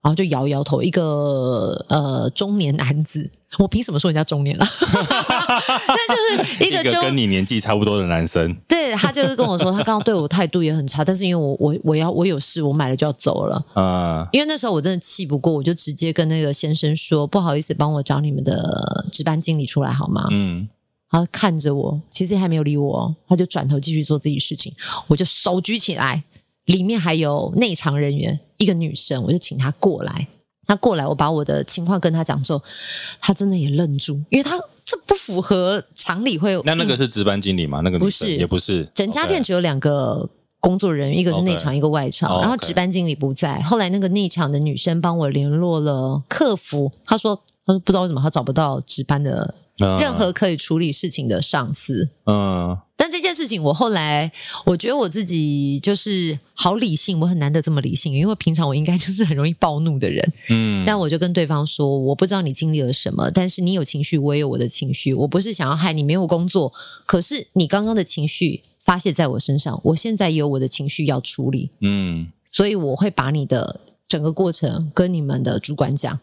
B: 然后就摇摇头。一个呃中年男子，我凭什么说人家中年啊？那 就是一个中
A: 跟你年纪差不多的男生，
B: 对他就是跟我说，他刚刚对我态度也很差，但是因为我我我要我有事，我买了就要走了。
A: 呃，
B: 因为那时候我真的气不过，我就直接跟那个先生说，不好意思，帮我找你们的值班经理出来好吗？
A: 嗯，
B: 他看着我，其实还没有理我哦，他就转头继续做自己事情。我就手举起来，里面还有内场人员，一个女生，我就请她过来。她过来，我把我的情况跟她讲之后，她真的也愣住，因为她这不符合常理会。
A: 那那个是值班经理吗？那个女生
B: 不是
A: 也不是，
B: 整家店
A: OK
B: 只有两个工作人员，一个是内
A: OK
B: 场，一个外场。
A: 哦
B: 然后
A: OK
B: 值班经理不在，后来那个内场的女生帮我联络了客服，她说她说不知道为什么她找不到值班的
A: 嗯
B: 任何可以处理事情的上司。
A: 嗯
B: 但这件事情，我后来我觉得我自己就是好理性，我很难得这么理性，因为平常我应该就是很容易暴怒的人。
A: 嗯，
B: 但我就跟对方说，我不知道你经历了什么，但是你有情绪，我也有我的情绪，我不是想要害你没有工作，可是你刚刚的情绪发泄在我身上，我现在也有我的情绪要处理，
A: 嗯
B: 所以我会把你的整个过程跟你们的主管讲。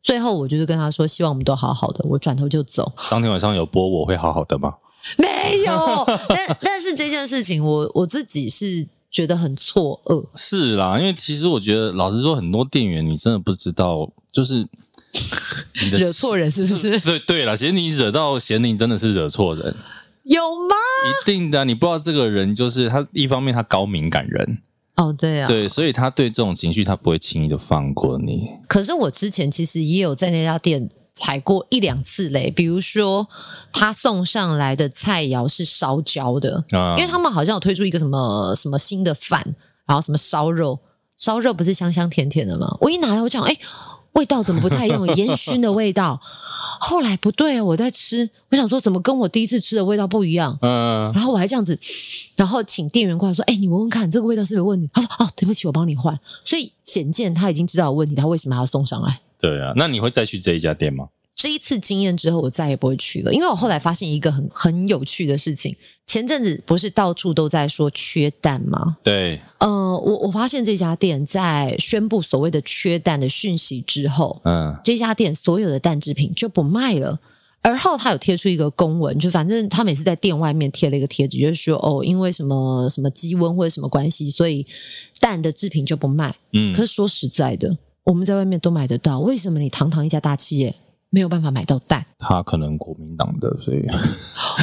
B: 最后，我就是跟他说，希望我们都好好的。我转头就走，
A: 当天晚上有播我会好好的吗？
B: 没有。 但但是这件事情我，我自己是觉得很错愕。
A: 是啦，因为其实我觉得老实说，很多店员你真的不知道，就是你的嗯
B: 惹错人是不是？
A: 对对啦，其实你惹到贤玲真的是惹错人，
B: 有吗？
A: 一定的啊、你不知道这个人就是他，一方面他高敏感人，
B: 哦，对啊，
A: 对，所以他对这种情绪他不会轻易的放过你。
B: 可是我之前其实也有在那家店踩过一两次雷，比如说他送上来的菜肴是烧焦的，
A: 啊，
B: 因为他们好像有推出一个什么什么新的饭，然后什么烧肉，烧肉不是香香甜甜的吗？我一拿来我讲，哎、味道怎么不太一样？有烟熏的味道。后来不对啊，我在吃，我想说怎么跟我第一次吃的味道不一样？
A: 嗯、
B: 然后我还这样子，然后请店员过来说：“哎、你闻闻看，这个味道是不是有问题？”他说：“哦，对不起，我帮你换。”所以显见他已经知道有问题，他为什么还要送上来？
A: 对啊，那你会再去这一家店吗？
B: 这一次经验之后，我再也不会去了，因为我后来发现一个很很有趣的事情。前阵子不是到处都在说缺蛋吗？
A: 对，
B: 呃，我我发现这家店在宣布所谓的缺蛋的讯息之后，
A: 嗯
B: 这家店所有的蛋制品就不卖了。而后他有贴出一个公文，就反正他每次在店外面贴了一个贴纸，就是说哦，因为什么什么鸡瘟或者什么关系，所以蛋的制品就不卖。
A: 嗯，
B: 可是说实在的，我们在外面都买得到，为什么你堂堂一家大企业没有办法买到蛋？
A: 他可能国民党的，所以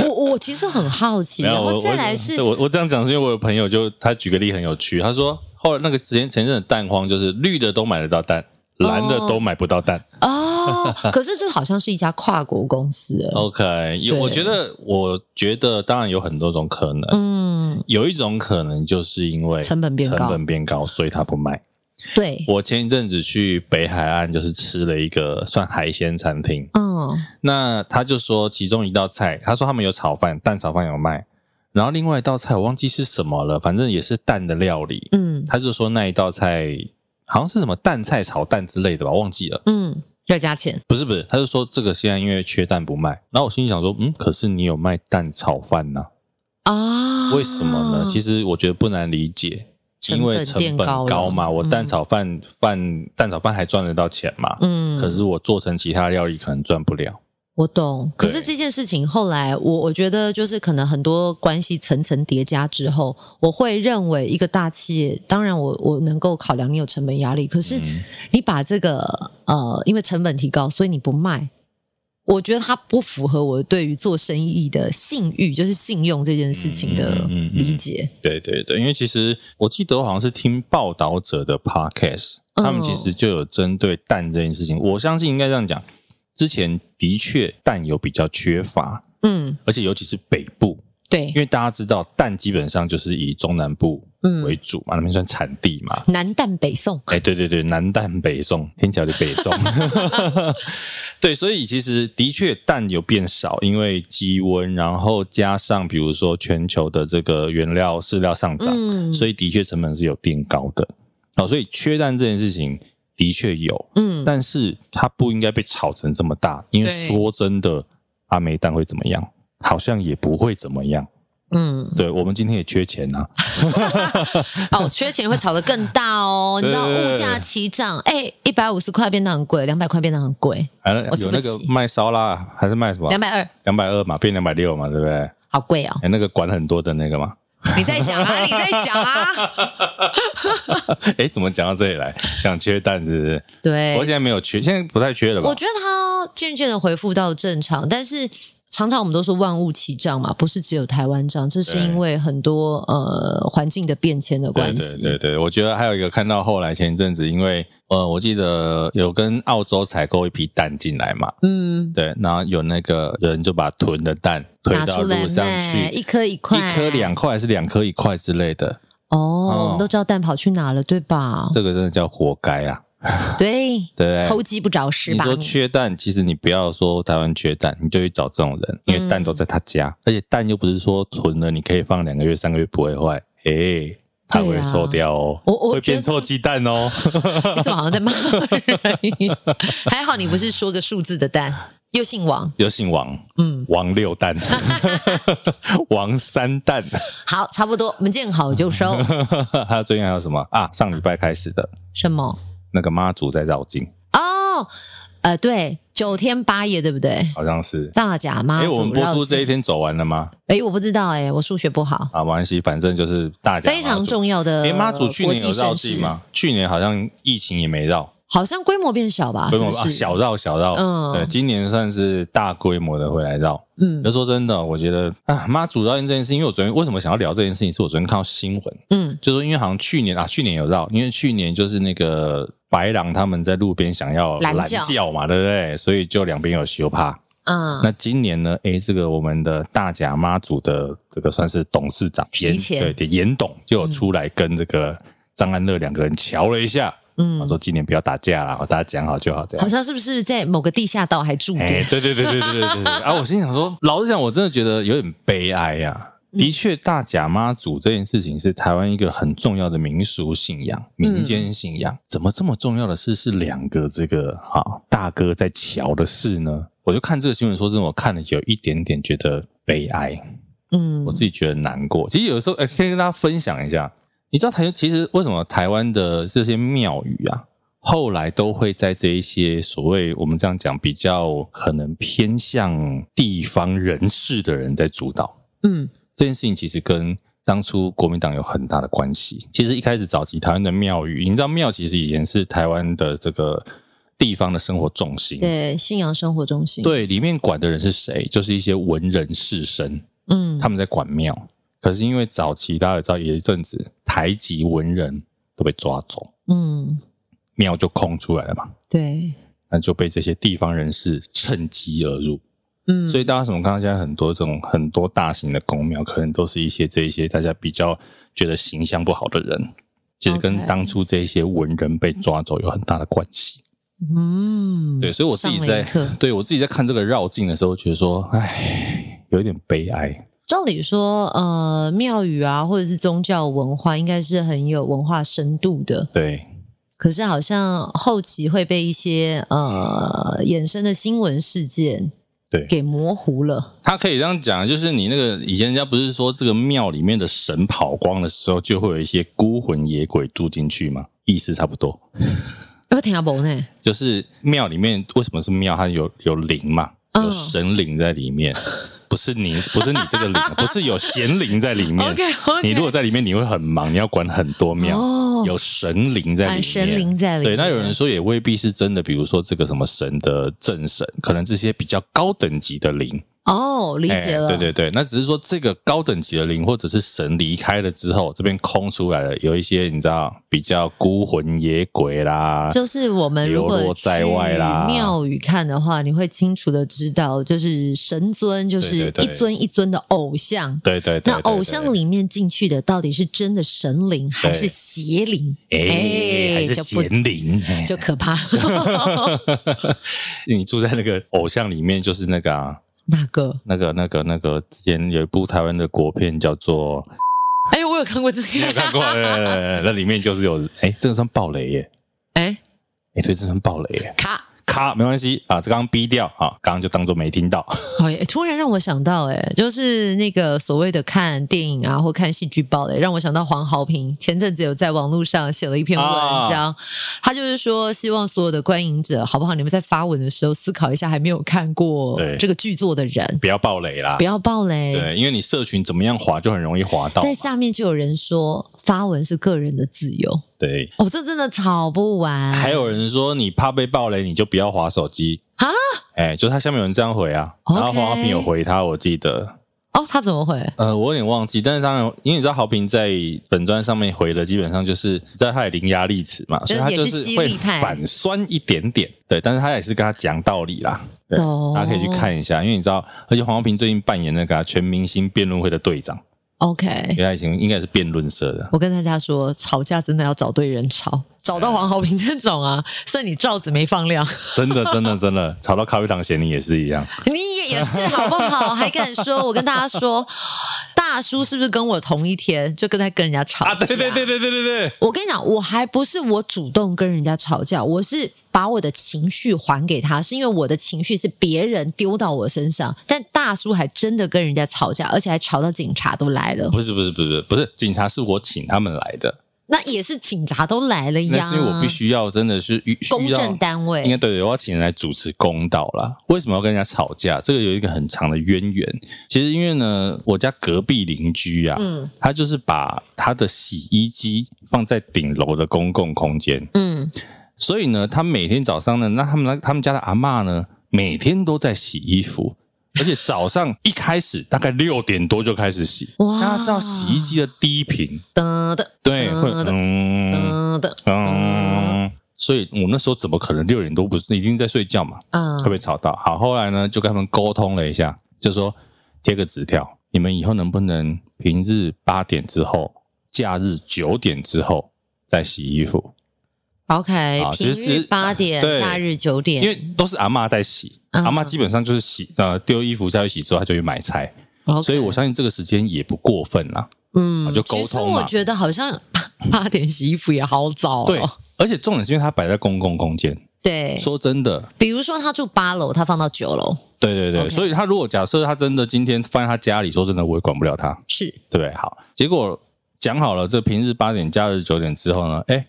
B: 我我其实很好奇，
A: 没有
B: 然
A: 我
B: 后再
A: 我
B: 来是
A: 对我我这样讲是因为我有朋友就他举个例很有趣，他说后来那个时间前阵的蛋荒就是绿的都买得到蛋，蓝的都买不到蛋。
B: 哦，可是这好像是一家跨国公司，
A: 哦 OK，有
B: 对
A: 我觉得我觉得当然有很多种可能，
B: 嗯，
A: 有一种可能就是因为
B: 成本变高
A: 成本变高，所以他不卖。
B: 对，
A: 我前一阵子去北海岸，就是吃了一个算海鲜餐厅，
B: 嗯
A: 那他就说其中一道菜，他说他们有炒饭，蛋炒饭有卖，然后另外一道菜我忘记是什么了，反正也是蛋的料理，
B: 嗯
A: 他就说那一道菜好像是什么蛋菜炒蛋之类的吧，忘记了。
B: 嗯，要加钱，
A: 不是不是，他就说这个现在因为缺蛋不卖，然后我心里想说，嗯，可是你有卖蛋炒饭呐、
B: 啊？
A: 为什么呢？其实我觉得不难理解，因为成
B: 变
A: 本高
B: 了
A: 嘛，我蛋
B: 嗯
A: 炒饭饭蛋炒饭还赚得到钱嘛，
B: 嗯，
A: 可是我做成其他料理可能赚不了。
B: 我懂。可
A: 对
B: 是这件事情后来，我我觉得就是可能很多关系层层叠加之后，我会认为一个大企业，当然我我能够考量你有成本压力，可是
A: 嗯
B: 你把这个呃，因为成本提高，所以你不卖。我觉得它不符合我对于做生意的信誉，就是信用这件事情的
A: 嗯嗯嗯嗯嗯
B: 理解。
A: 对对对，因为其实我记得我好像是听报道者的 podcast，、
B: 嗯
A: 他们其实就有针对蛋这件事情，我相信应该这样讲，之前的确蛋有比较缺乏，
B: 嗯，
A: 而且尤其是北部，
B: 对
A: 因，为大家知道蛋基本上就是以中南部为
B: 嗯，
A: 主嘛，那边算产地嘛，
B: 南淡北送，
A: 哎，对对对，南蛋北宋，听起来就北 宋。 对，所以其实的确蛋有变少，因为鸡瘟，然后加上比如说全球的这个原料饲料上涨，
B: 嗯，
A: 所
B: 以
A: 以的确成本是有变高的。哦，所以缺蛋这件事情的确有，
B: 嗯，
A: 但是它不应该被炒成这么大，因为
B: 对
A: 说真的，阿梅蛋会怎么样？好像也不会怎么样。
B: 嗯，
A: 对我们今天也缺钱啊呐、
B: 哦，缺钱会吵得更大 哦。你知道
A: 对对对
B: 物价齐涨，哎，一百五十块变得很贵，两百块变得很贵，
A: 啊，
B: 我吃
A: 有
B: 不
A: 那个
B: 起
A: 卖烧腊还是卖什么
B: 两？百二
A: 两百二嘛，变两百六嘛，对不对？
B: 好贵 哦。
A: 哎，那个管很多的那个嘛，
B: 你在讲啊，你在讲啊。
A: 哎，怎么讲到这里来？讲缺蛋是不是？
B: 对
A: 我，现在没有缺，现在不太缺了吧
B: 哎我？觉得它渐渐的恢复到正常，但是常常我们都说万物齐涨嘛，不是只有台湾涨，这是
A: 对
B: 因为很多呃环境的变迁的
A: 对
B: 关
A: 对
B: 系。
A: 对对，我觉得还有一个看到后来前一阵子，因为呃，我记得有跟澳洲采购一批蛋进来嘛，
B: 嗯，
A: 对，然后有那个人就把囤的蛋推
B: 拿
A: 到
B: 出来
A: 路上
B: 卖，
A: 去，
B: 一颗一块，啊
A: 一颗两块还是两颗一块之类的，
B: 哦，我们都知道蛋跑去哪了，对吧？
A: 这个真的叫活该啊！
B: 对，
A: 对不对，
B: 偷鸡不着蚀
A: 你
B: 把
A: 说
B: 米。
A: 缺蛋，其实你不要说台湾缺蛋，你就去找这种人，因
B: 嗯
A: 为蛋都在他家，而且蛋又不是说囤了你可以放两个月、三个月不会坏，哎、它
B: 对
A: 会
B: 啊
A: 臭掉哦，
B: 我我
A: 会变
B: 觉
A: 臭
B: 得
A: 鸡蛋哦。
B: 你怎么好像在骂人？还好你不是说个数字的蛋，又姓王。
A: 有姓王，
B: 嗯，
A: 王六 蛋，王三蛋，
B: 好，差不多，我们见好就收。
A: 还有最近还有什么啊？上礼拜开始的
B: 什么？
A: 那个妈祖在绕境，
B: 哦，呃，对，九天八夜，对不对？
A: 好像是。
B: 大甲妈
A: 哎、
B: 祖绕境，
A: 我们播出这一天走完了吗？
B: 哎，我不知道，哎，我数学不好，
A: 啊，没关系，反正就是大家
B: 非常
A: 重。
B: 重要的
A: 哎，妈祖去
B: 国
A: 年有
B: 际
A: 绕
B: 盛
A: 境
B: 事，
A: 吗？去年好像疫情也没绕，
B: 好像规模变小吧？
A: 规模
B: 是
A: 啊
B: 不是
A: 小，绕小绕。
B: 嗯
A: 对，今年算是大规模的回来绕。
B: 嗯
A: 那说真的，我觉得啊，妈祖绕境这件事情，因为我昨天为什么想要聊这件事情，是我昨天看到新闻，
B: 嗯，
A: 就说因为好像去年啊，去年有绕，因为去年就是那个白狼他们在路边想要
B: 拦
A: 拦
B: 轿
A: 轿嘛，对不对？所以就两边有修帕。
B: 嗯
A: 那今年呢？诶，这个我们的大甲妈祖的这个算是董事长
B: 提
A: 严
B: 前嗯
A: 对对严董就有出来跟这个张安乐两个人瞧了一下，他、
B: 嗯，
A: 说今年不要打架啦，哦大家讲好就好这
B: 好
A: 样。
B: 像是不是在某个地下道还驻
A: 哎
B: 点，？
A: 对对对对对对对对。啊，我心想说，老实讲，我真的觉得有点悲哀呀、的确，大甲妈祖这件事情是台湾一个很重要的民俗信仰、民间信仰。怎么这么重要的事是两个这个哈、大哥在瞧的事呢？我就看这个新闻，说真的，我看了有一点点觉得悲哀。
B: 嗯
A: 我自己觉得难过。其实有的时候，哎、可以跟大家分享一下，你知道台其实为什么台湾的这些庙宇啊，后来都会在这一些所谓我们这样讲比较可能偏向地方人士的人在主导
B: 嗯
A: 这件事情，其实跟当初国民党有很大的关系。其实一开始早期台湾的庙宇，你知道庙其实以前是台湾的这个地方的生活重心，
B: 对，信仰生活中心，，
A: 对，里面管的人是谁，就是一些文人士绅，
B: 嗯，
A: 他们在管庙，可是因为早期大家也知道，有一阵子台籍文人都被抓走，
B: 嗯，
A: 庙就空出来了嘛，
B: 对，
A: 那就被这些地方人士趁机而入。
B: 嗯，
A: 所以大家怎么看到现在很多这种很多大型的公庙，可能都是一些这一些大家比较觉得形象不好的人，其实跟
B: OK
A: 当初这一些文人被抓走有很大的关系。
B: 嗯，
A: 对，所以我自己
B: 上了
A: 在
B: 一课嗯
A: 对我自己在看这个绕境的时候，觉得说，唉，有一点悲哀。
B: 照理说，呃，庙宇啊，或者是宗教文化，应该是很有文化深度的。
A: 对，
B: 可是好像后期会被一些呃衍生的新闻事件
A: 对，
B: 给模糊了。
A: 他可以这样讲，就是你那个以前人家不是说这个庙里面的神跑光的时候，就会有一些孤魂野鬼住进去吗？意思差不多，
B: 我听阿伯呢，
A: 就是庙里面为什么是庙？它有有灵嘛，
B: 嗯
A: 有神灵在里面，不是你，不是你这 个灵，不是有贤灵在里面。
B: OK，
A: 你如果在里面，你会很忙，你要管很多庙，
B: 哦
A: 有神灵在里
B: 啊
A: 面。
B: 神灵在里
A: 对，
B: 面，
A: 那有人说也未必是真的，比如说这个什么神的正神，可能这些比较高等级的灵，
B: 哦，理
A: 哎，
B: 解了，
A: 对对对，那只是说这个高等级的灵或者是神离开了之后，这边空出来了，有一些你知道比较孤魂野鬼啦，
B: 就是我们如果
A: 流落在外啦
B: 去庙宇看的话，你会清楚的知道，就是神尊就是
A: 对对
B: 一
A: 对
B: 尊一尊的偶像。
A: 对对对
B: 那偶像
A: 灵
B: 里面进去的到底是真的神灵还是邪灵？
A: 哎，还是
B: 就不
A: 贤灵，哎
B: 就可怕了。
A: 你住在那个偶像里面，就是那个啊，
B: 哪个？
A: 那个那个那个，之前有一部台湾的国片叫做，
B: 哎，我有看过这
A: 你有
B: 个。
A: 看过？ 对对对对那里面就是有，哎，这个算暴雷耶，
B: 哎，
A: 哎，所以这算暴雷耶，
B: 卡！
A: 咔，没关系啊，这刚刚逼掉啊，刚刚就当做没听到。
B: 好耶！哎突然让我想到，哎，就是那个所谓的看电影啊，或看戏剧爆雷，让我想到黄豪平前阵子有在网络上写了一篇
A: 啊
B: 文章，他就是说希望所有的观影者，好不好？你们在发文的时候思考一下，还没有看过
A: 对
B: 这个剧作的人，
A: 不要暴雷啦
B: 不，要爆雷。
A: 对，因为你社群怎么样滑就很容易滑到嘛。
B: 但下面就有人说发文是个人的自由，
A: 对，
B: 哦，这真的吵不完。
A: 还有人说你怕被暴雷，你就不要滑手机
B: 啊。
A: 哎、就是他下面有人这样回啊，然后
B: OK
A: 黄浩平有回他，我记得，
B: 哦，他怎么会？
A: 呃，我有点忘记，但是当然，因为你知道好评在本专上面回的，基本上就是你知道他也伶牙俐齿嘛，所以他
B: 也
A: 就是是
B: 犀
A: 会
B: 利派
A: 反酸一点点，对，但是他也是跟他讲道理啦，对
B: 懂
A: 大家可以去看一下，因为你知道，而且黄浩平最近扮演那个啊、全明星辩论会的队长，
B: 哦 OK，
A: 因为他以前应该也是辩论社的，
B: 我跟大家说，吵架真的要找对人吵，找到黄豪平这 种啊，算你罩子没放亮，
A: 真的真的真的，吵到咖啡堂嫌你也是一样，
B: 你也也是好不好？还敢说？我跟大家说，大叔是不是跟我同一天就跟他跟人家吵
A: 啊，对
B: 架
A: 对对对对对对，
B: 我跟你讲，我还不是我主动跟人家吵架，我是把我的情绪还给他，是因为我的情绪是别人丢到我身上。但大叔还真的跟人家吵架，而且还吵到警察都来了，
A: 不是不是不是不是，警察是我请他们来的，
B: 那也是警察都来了
A: 那
B: 呀。
A: 是因为我必须要啊真的是遇
B: 啊公
A: 遇到
B: 正单
A: 应该
B: 位，
A: 对对，我要请人来主持公道啦。为什么要跟人家吵架？这个有一个很长的渊源。其实因为呢，我家隔壁邻居啊，
B: 嗯
A: 他就是把他的洗衣机放在顶楼的公共空间，
B: 嗯，
A: 所以呢，他每天早上呢，那他们那他们家的阿嬷呢，每天都在洗衣服。而且早上一开始大概六点多就开始洗，
B: 哇
A: 大家知道洗衣机的低频，
B: 啊噔的
A: 对，会
B: 嗯
A: 嗯
B: 噔的，
A: 嗯，所以我那时候怎么可能六点多不是已经在睡觉嘛？
B: 嗯
A: 会不会吵到？好，后来呢，就跟他们沟通了一下，就说贴个纸条，你们以后能不能平日八点之后，假日九点之后再洗衣服？
B: ，OK，
A: 啊其
B: 平
A: 实
B: 日八点，
A: 对
B: 假日九点，
A: 哎因为都是阿嬷在洗，
B: 嗯
A: 阿嬷基本上就是洗呃丢衣服下去洗之后，她就去买菜，
B: OK
A: 所以我相信这个时间也不过分啦。
B: 嗯，
A: 就沟
B: 其实
A: 通嘛
B: 我觉得好像八点洗衣服也好早、哦，
A: 对，而且重点是因为它摆在公共空间，
B: 对，
A: 说真的。
B: 比如说他住八楼，他放到九楼，
A: 对对对
B: OK
A: 所以他如果假设他真的今天放在他家里，说真的，我也管不了他。
B: 是
A: 对不对？好，结果讲好了，这平日八点，假日九点之后呢，哎，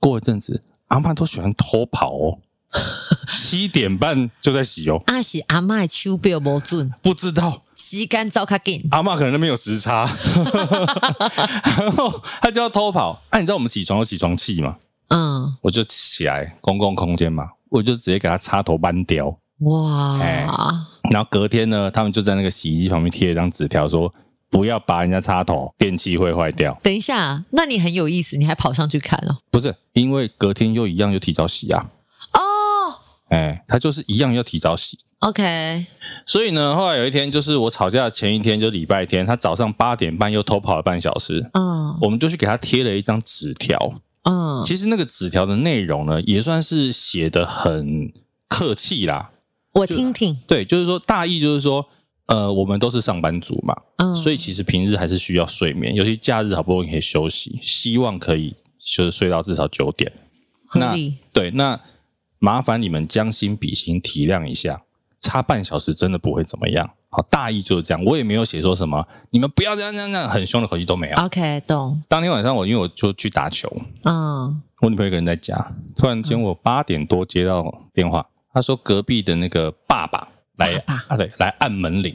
A: 过一阵子，阿妈都喜欢偷跑哦，七点半就在洗哦，
B: 阿喜啊阿妈的手表无准，
A: 不知道
B: 时间早较紧，
A: 阿妈可能那边有时差，然后她就要偷跑。哎、你知道我们起床有起床气嘛？
B: 嗯，
A: 我就起来公共空间嘛，我就直接给她插头扳掉。
B: 哇，
A: 哎然后隔天呢，他们就在那个洗衣机旁边贴了一张纸条说。不要拔人家插头，电器会坏掉。
B: 等一下，那你很有意思，你还跑上去看哦，
A: 不是，因为隔天又一样，又提早洗啊。
B: 哦
A: 哎，他就是一样要提早洗。
B: ，OK，
A: 所以呢，后来有一天，就是我吵架的前一天，就礼拜天，他早上八点半又偷跑了半小时，
B: 嗯
A: 我们就去给他贴了一张纸条。
B: 嗯，
A: 其实那个纸条的内容呢，也算是写的很客气啦。
B: 我听听，
A: 对，就是说大意就是说，呃，我们都是上班族嘛，
B: 嗯，
A: 所以其实平日还是需要睡眠，尤其假日好不容易可以休息，希望可以就是睡到至少九点。
B: 合理，
A: 对，那麻烦你们将心比心，体谅一下，差半小时真的不会怎么样。好，大意就是这样，我也没有写说什么，你们不要这样这样这样，很凶的口气都没有。
B: OK，懂，
A: 当天晚上我因为我就去打球，
B: 嗯，
A: 我女朋友一个人在家，突然间我八点多接到电话，她说隔壁的那个爸爸来
B: 爸
A: 啊对，来按门铃，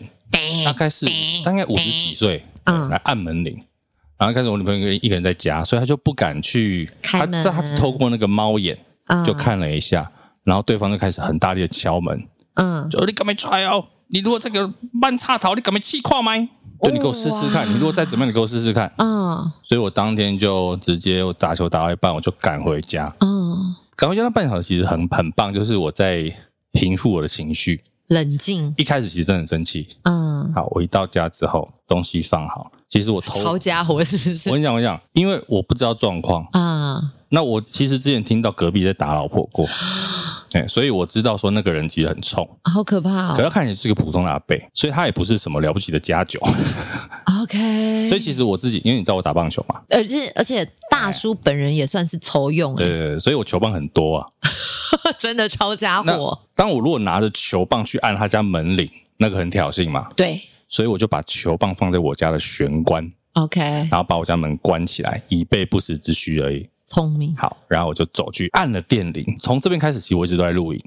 A: 大概是大概五十几岁，
B: 哎嗯
A: 对来按门铃。然后开始我女朋友一个人在家，所以她就不敢去，
B: 开
A: 她
B: 门
A: 她是透过那个猫眼，
B: 嗯
A: 就，看了一下，然后对方就开始很大力的敲门，
B: 嗯，
A: 就你敢没踹哦？你如果这个慢插头，你敢没气跨吗？就你给我试试看，
B: 哇
A: 你如果再怎么样，你给我试试看。
B: 嗯
A: 所以我当天就直接我打球打到一半，我就赶回家。
B: 嗯，
A: 赶回家那半小时其实很很棒，就是我在平复我的情绪。
B: 冷静，
A: 一开始其实真的很生气。
B: 嗯，
A: 好，我一到家之后，东西放好，其实我头，
B: 抄家伙是不
A: 我
B: 是？
A: 跟你讲，我跟你讲，因为我不知道状况，
B: 啊，
A: 那我其实之前听到隔壁在打老婆 过，哎，所以我知道说那个人其实很冲。
B: 好可怕
A: 可
B: 哦
A: 他看起来是个普通的阿伯，所以他也不是什么了不起的家酒。
B: ！OK，
A: 所以其实我自己，因为你知道我打棒球嘛，
B: 而且而且大叔
A: 哎
B: 本人也算是仇用
A: 对
B: 欸，
A: 对对，所以我球棒很多啊。
B: 真的抄家
A: 那
B: 伙。
A: 当我如果拿着球棒去按他家门铃，那个很挑衅嘛，
B: 对
A: 所以我就把球棒放在我家的玄关，
B: ，OK，
A: 然后把我家门关起来，以备不时之需而已。
B: 聪明。
A: 好，然后我就走去按了电铃。从这边开始，其实我一直都在录影，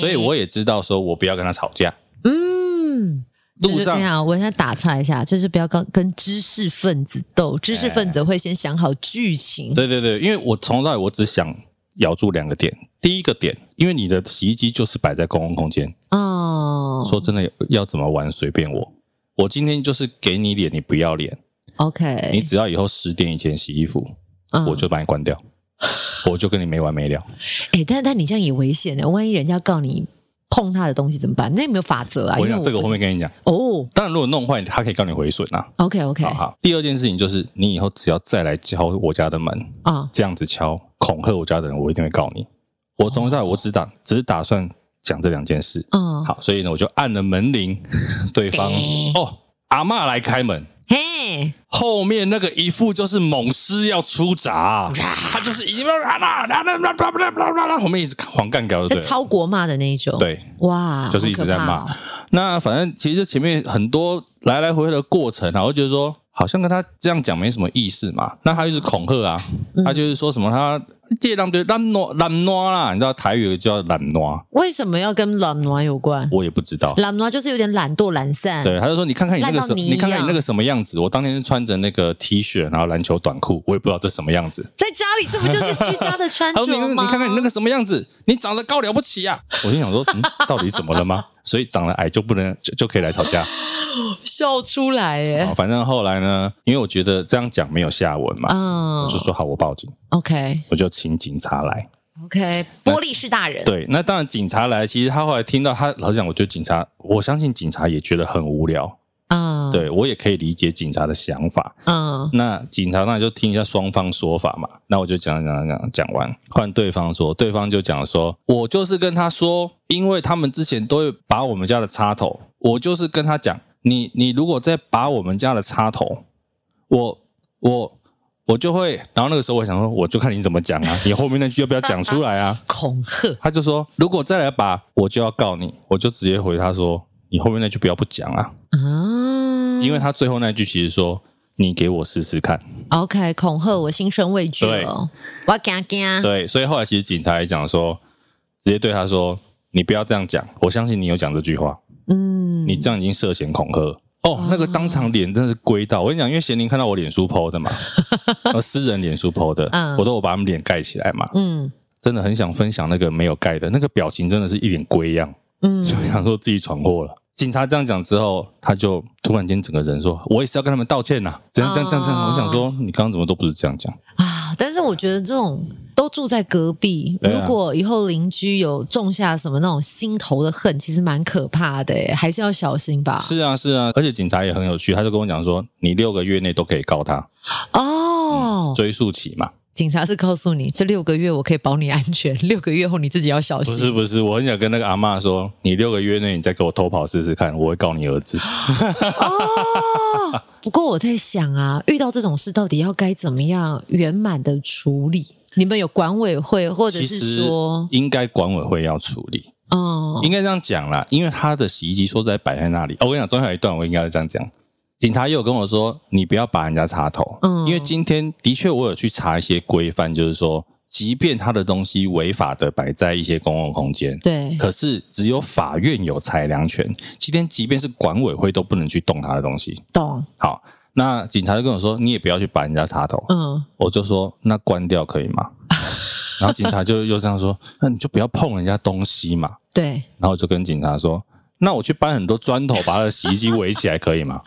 A: 所以我也知道说我不要跟他吵架。
B: 嗯。
A: 路
B: 这
A: 上
B: 样，我先打岔一下，就是不要跟跟知识分子斗，知识分子会先想好剧情。
A: 对对对，因为我从头到尾我只想咬住两个点。第一个点，因为你的洗衣机就是摆在公共空间，
B: 哦，
A: 说真的，要怎么玩随便我。我今天就是给你脸，你不要脸，
B: OK，
A: 你只要以后十点以前洗衣服，
B: 嗯
A: 我就把你关 掉，我就跟你没完没了。
B: 欸哎，但但你这样也危险的，万一人家告你碰他的东西怎么办？那有没有法则啊？
A: 我跟你
B: 因
A: 讲，
B: 为
A: 这个我后面跟你讲。
B: 哦
A: 当然，如果弄坏，他可以告你毁损啊。
B: ，OK OK
A: 好好。第二件事情就是，你以后只要再来敲我家的门，
B: 啊，
A: 这样子敲恐吓我家的人，我一定会告你。我从头到尾我只打只打算讲这两件事。
B: 嗯，
A: 好，所以呢，我就按了门铃，对方
B: 叮
A: 哦，阿嬷来开门。
B: 嘿，
A: 后面那个一副就是猛狮要出闸、他就是已经啦啦啦啦啦啦啦啦啦啦，后面一直狂干掉，对
B: 那
A: 了
B: 超国骂的那一种，，
A: 对，
B: 哇，
A: 就是一直在
B: 好
A: 骂
B: 可怕哦。
A: 那反正其实前面很多来来回回的过程啊，我就觉得说好像跟他这样讲没什么意思嘛。那他就是恐吓啊，
B: 嗯
A: 他就是说什么他这浪对烂挪烂挪啦，你知道台语有个叫烂挪，
B: 为什么要跟懒惰有关？
A: 我也不知道。
B: 懒惰就是有点懒惰、懒散，
A: 对，他就说你看看你那个
B: 嗯
A: 什，
B: 烂到泥一
A: 你看看你那
B: 样
A: 个什么样子。我当天穿着那个 T 恤，然后篮球短裤，我也不知道这什么样子。
B: 在家里这不就是居家的穿
A: 他
B: 着
A: 说你
B: 吗？
A: 你看看你那个什么样子，你长得高了不起呀、我就想说，嗯，到底怎么了吗？ 所以长得矮就不能就就可以来吵架。
B: 笑出来
A: 好
B: 耶，
A: 反正后来呢，因为我觉得这样讲没有下文嘛，
B: 嗯
A: 我就说好，我报警，
B: ，OK
A: 我就请警察来。
B: OK，玻璃是大人，
A: 对，那当然警察来，其实他后来听到他老实讲，我觉得警察，我相信警察也觉得很无聊，
B: 嗯，，
A: 对我也可以理解警察的想法。
B: 嗯，
A: 那警察那就听一下双方说法嘛。那我就讲讲讲讲完，换对方说，对方就讲说，我就是跟他说，因为他们之前都会拔我们家的插头，我就是跟他讲，你你如果再拔我们家的插头，我我我就会，然后那个时候我想说，我就看你怎么讲啊，你后面那句要不要讲出来啊？
B: 恐吓，
A: 他就说，如果再来拔，我就要告你，我就直接回他说，你后面那句不要不讲啊，
B: 啊，
A: 因为他最后那句其实说，你给我试试看。
B: OK，恐吓我心生畏惧了，我要惊惊。
A: 对，所以后来其实警察也讲说，直接对他说：“你不要这样讲，我相信你有讲这句话，
B: 嗯，
A: 你这样已经涉嫌恐吓。”哦，那个当场脸真的是归到，我跟你讲，因为贤玲看到我脸书 PO 的 嘛，呃，私人脸书 PO 的
B: 嗯，
A: 我都有把他们脸盖起来嘛，
B: 嗯
A: 真的很想分享那个没有盖的那个表情，真的是一脸龟样，就
B: 嗯，
A: 想说自己闯祸了。警察这样讲之后，他就突然间整个人说：“我也是要跟他们道歉呐、怎样怎样怎样怎
B: 哦
A: 样。”我想说，你刚刚怎么都不是这样讲？
B: 啊，但是我觉得这种都住在隔壁，
A: 对啊
B: 如果以后邻居有种下什么那种心头的恨，其实蛮可怕的耶，还是要小心吧。
A: 是啊，是啊，而且警察也很有趣，他就跟我讲说，你六个月内都可以告他，
B: 哦，
A: 追诉期嘛。
B: 警察是告诉你，这六个月我可以保你安全，六个月后你自己要小
A: 不是
B: 心。
A: 不是，我很想跟那个阿嬷说，你六个月内你再给我偷跑试试看，我会告你儿子。
B: 哦，不过我在想啊，遇到这种事到底要该怎么样圆满的处理？你们有管委会，或者
A: 其
B: 是
A: 实
B: 说，
A: 应该管委会要处理，
B: 哦，
A: 应该这样讲啦，因为他的洗衣机说实在摆在那里。哦，我跟你讲，中间有一段我应该是这样讲。警察也有跟我说，你不要拔人家插头，
B: 嗯
A: 因为今天的确我有去查一些规范，就是说，即便他的东西违法的摆在一些公共空间，
B: 对，
A: 可是只有法院有裁量权，今天即便是管委会都不能去动他的东西。
B: 懂，
A: 好，那警察就跟我说，你也不要去拔人家插头。
B: 嗯，
A: 我就说，那关掉可以 吗？然后警察就又这样说，那你就不要碰人家东西嘛。
B: 对，
A: 然后我就跟警察说，那我去搬很多砖头把他的洗衣机围起来可以 吗？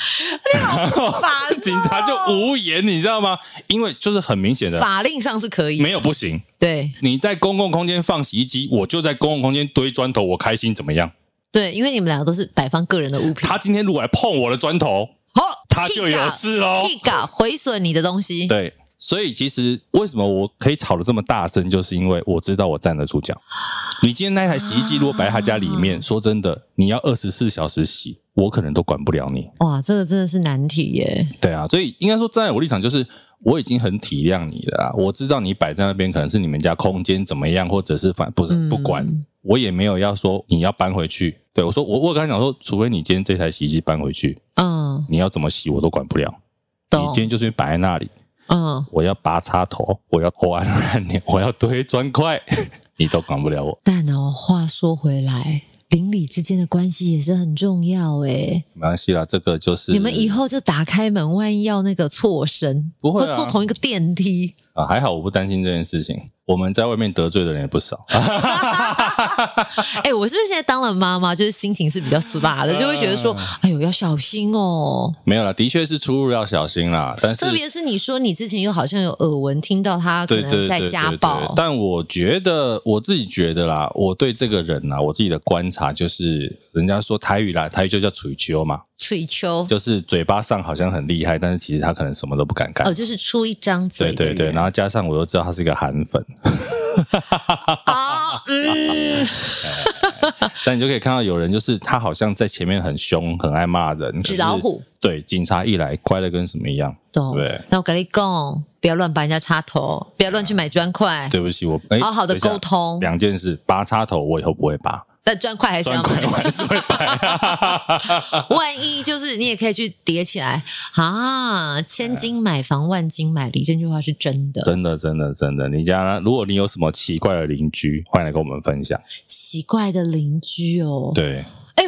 B: 法
A: 警察就无言，你知道吗？因为就是很明显的，
B: 法令上是可以，
A: 没有不行。
B: 对
A: 你在公共空间放洗衣机，我就在公共空间堆砖头，我开心怎么样？
B: 对，因为你们两个都是摆放个人的物品，
A: 他今天如果来碰我的砖头，
B: 好，
A: 他就有事喽。
B: Higa 毁损你的东西，
A: 对，所以其实为什么我可以吵得这么大声，就是因为我知道我站得住脚。你今天那台洗衣机如果摆在他家里
B: 啊
A: 面，说真的，你要二十四小时洗，我可能都管不了你。
B: 哇，这个真的是难题耶，
A: 对啊，所以应该说站在我立场就是。我已经很体谅你了啊，我知道你摆在那边可能是你们家空间怎么样，或者是反不是
B: 嗯
A: 不管，我也没有要说你要搬回去。对我说我我刚才讲说，除非你今天这台洗衣机搬回去，
B: 嗯，
A: 你要怎么洗我都管不了。你
B: 懂
A: 今，天就是摆在那里，
B: 嗯，
A: 我要拔插头，我要投按按钮，我要堆砖块， 你都管不了我。
B: 但哦，话说回来。邻里之间的关系也是很重要诶，
A: 没关系啦，这个就是
B: 你们以后就打开门，万一要那个错身，
A: 不会
B: 或
A: 啊
B: 坐同一个电梯，
A: 啊，还好我不担心这件事情。我们在外面得罪的人也不
B: 啊
A: 少。啊
B: 哎、我是不是现在当了妈妈，就是心情是比较死辣的，就会觉得
A: 嗯
B: 说，哎呦，要小心哦。
A: 没有啦，的确是出入要小心啦，但是
B: 特别是你说你之前又好像有耳闻听到他可
A: 对对
B: 能
A: 对
B: 在
A: 对
B: 家
A: 对
B: 暴，
A: 但我觉得我自己觉得啦，我对这个人啊，我自己的观察就是，人家说台语啦，台语就叫嘴丘嘛，
B: 嘴丘
A: 就是嘴巴上好像很厉害，但是其实他可能什么都不敢干。
B: 哦，就是出一张
A: 对
B: 嘴的
A: 对
B: 人，
A: 对，然
B: 后
A: 后加上我又知道他是一个韩粉，
B: 啊，嗯，
A: 但你就可以看到有人就是他好像在前面很凶，很爱骂人，
B: 纸
A: 可是
B: 老虎
A: 对，警察一来乖的跟什么一样。
B: 懂
A: 对。
B: 那我跟你讲，不要乱把人家插头，不要乱去买砖块，
A: 对不起，我哎，
B: 好好的
A: 等一下
B: 沟通
A: 两件事，拔插头我以后不会拔，
B: 但砖块还是
A: 砖
B: 要
A: 块
B: 买
A: 我。还是会 拔。
B: 万一就是你也可以去叠起来啊！千金买房，万金买梨，这句话是真的。
A: 真的，真的，真的，你家如果你有什么奇怪的邻居，欢迎来跟我们分享。
B: 哦奇怪的邻居哦，
A: 对，
B: 哎、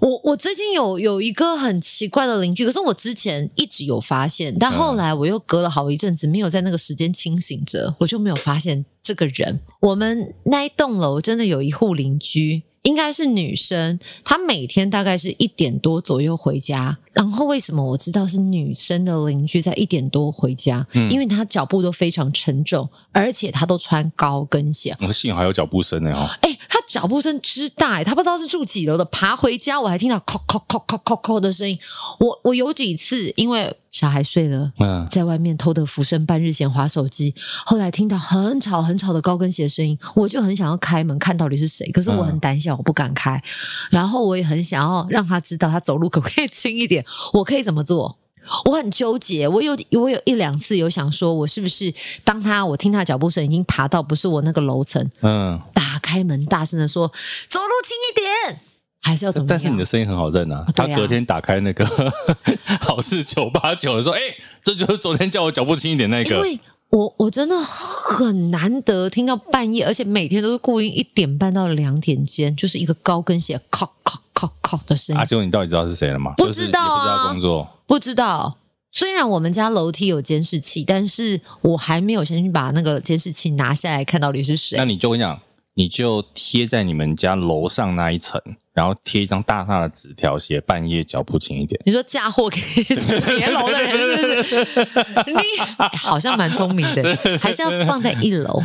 B: 我我最近有有一个很奇怪的邻居，可是我之前一直有发现，但后来我又隔了好一阵子没有在那个时间清醒着，我就没有发现这个人。我们那一栋楼真的有一户邻居。应该是女生，她每天大概是一点多左右回家。然后为什么我知道是女生的邻居在一点多回家？
A: 嗯
B: 因为她脚步都非常沉重，而且她都穿高跟鞋。
A: 我幸好有脚步声呢哦。
B: 哎、他脚步声之大、哎他不知道是住几楼的，爬回家我还听到叩叩叩叩叩叩的声音。我我有几次因为小孩睡了。
A: 嗯，
B: 在外面偷得浮生半日闲划手机，后来听到很吵很吵的高跟鞋声音，我就很想要开门看到底是谁，可是我很胆小，我不敢开。然后我也很想要让他知道他走路可不可以轻一点，我可以怎么做？我很纠结，我有我有一两次有想说，我是不是当他我听他脚步声已经爬到不是我那个楼层，
A: 嗯，
B: 打开门，大声的说：“走路轻一点。”还是要怎么样？
A: 但是你的声音很好认啊
B: 哦。对
A: 他
B: 啊
A: 隔天打开那个 好事九八九的时候，哎，这就是昨天叫我脚步轻一点那
B: 因
A: 个。
B: 为我我真的很难得听到半夜，而且每天都是固定一点半到两点间，就是一个高跟鞋“咔咔咔咔”的声音，
A: 啊，结果你到底知道是谁了吗？
B: 不
A: 就是
B: 知道啊
A: 也不知道工作。
B: 不知道。虽然我们家楼梯有监视器，但是我还没有先去把那个监视器拿下来，看到底是谁
A: 那。你就跟你讲，你就贴在你们家楼上那一层，然后贴一张大大的纸条，写半夜脚步轻一点。
B: 你说嫁祸给别楼的人是不是？你、哎好像蛮聪明的，还是要放在一楼。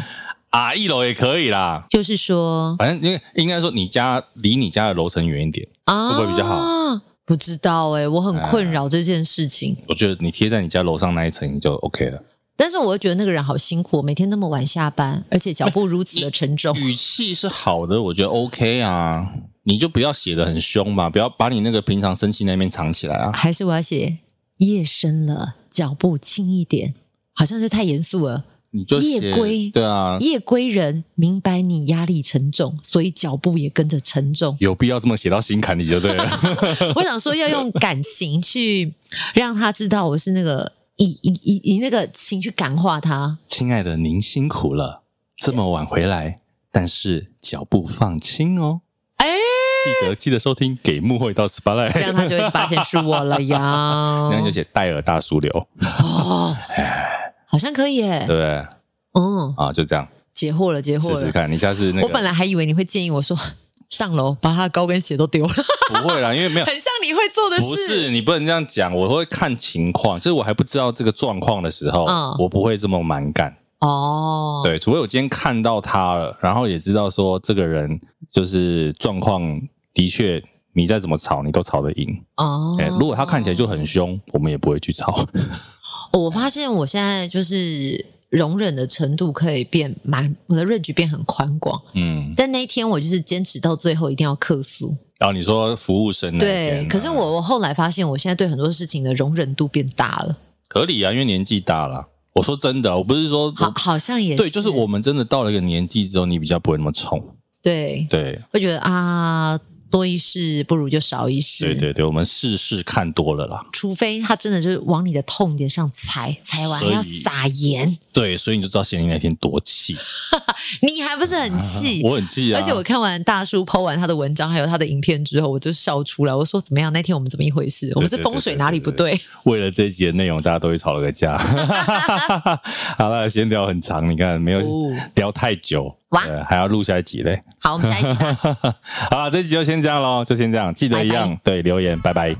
A: 啊，一楼也可以啦。
B: 就是说，
A: 反正因为应该说你家离你家的楼层远一点，
B: 啊，
A: 会不会比较好？
B: 不知道哎、我很困扰这件事情，
A: 我觉得你贴在你家楼上那一层你就 OK 了。
B: 但是我又觉得那个人好辛苦，每天那么晚下班，而且脚步如此的沉重。
A: 语气是好的，我觉得 OK 啊，你就不要写的很凶嘛，不要把你那个平常生气那面藏起来啊。
B: 还是我要写夜深了，脚步轻一点，好像是太严肃了。
A: 你就写
B: 夜归
A: 对啊，。
B: 夜归人明白你压力沉重，所以脚步也跟着沉 重
A: 有必要这么写到心坎里就对了。
B: 我想说要用感情去让他知道我是那个以以以以那个情去感 化他。
A: 亲爱的，您辛苦了，这么晚回来，但是脚步放轻哦。
B: 哎
A: 记得记得收听给幕后一道 spotlight，。
B: 这样哦他就会发现是我了呀
A: 然后你就写戴尔大叔流，
B: 哦，好像可以耶
A: 对。不对？
B: 嗯，
A: 啊，就这样
B: 解惑了，解惑
A: 试
B: 了。
A: 试看。你下次那个
B: 我本来还以为你会建议我说上楼把他的高跟鞋 都丢了，
A: 不会啦，因为 没有。
B: 很像你会做的事。
A: 不是你不能这样讲，我会看情况，就是我还不知道这个状况的时候，
B: 嗯
A: 我不会这么蛮干。
B: 哦，
A: 对，除非我今天看到他了，然后也知道说这个人就是状况的确，你再怎么吵，你都吵得赢。
B: 哦
A: 哎、如果他看起来就很凶，我们也不会去吵。
B: 哦我发现我现在就是容忍的程度可以变蛮，我的 range 变很宽广。
A: 嗯，
B: 但那一天我就是坚持到最后，一定要客诉。
A: 然后你说服务生那一
B: 对
A: 天，
B: 可是
A: 啊
B: 我我后来发现，我现在对很多事情的容忍度变大了，
A: 合理啊，因为年纪大了。我说真的，啊我不是说
B: 好，好像也
A: 对，就是我们真的到了一个年纪之后，你比较不会那么冲。
B: 对，
A: 对，
B: 会觉得啊，多一事不如就少一事。
A: 对对对，我们试试看多了啦。
B: 除非他真的就是往你的痛点上踩，踩完还
A: 所以
B: 要撒盐，
A: 对，所以你就知道贤玲那天多气，
B: 你还不是很气？
A: 我很气啊！
B: 而且我看完大叔剖完他的文章，还有他的影片之后，我就笑出来。我说怎么样？那天我们怎么一回事？我们是风水哪里不对？
A: 为了这一集的内容，大家都会吵了个 架。好了，先聊很长，你看没有、
B: 哦
A: 聊太久，
B: 哇
A: 对，还要录下一集嘞。
B: 好，我们下一集吧。
A: 好啦，这一集就先这样喽，就先这样，记得一样对留言，拜拜。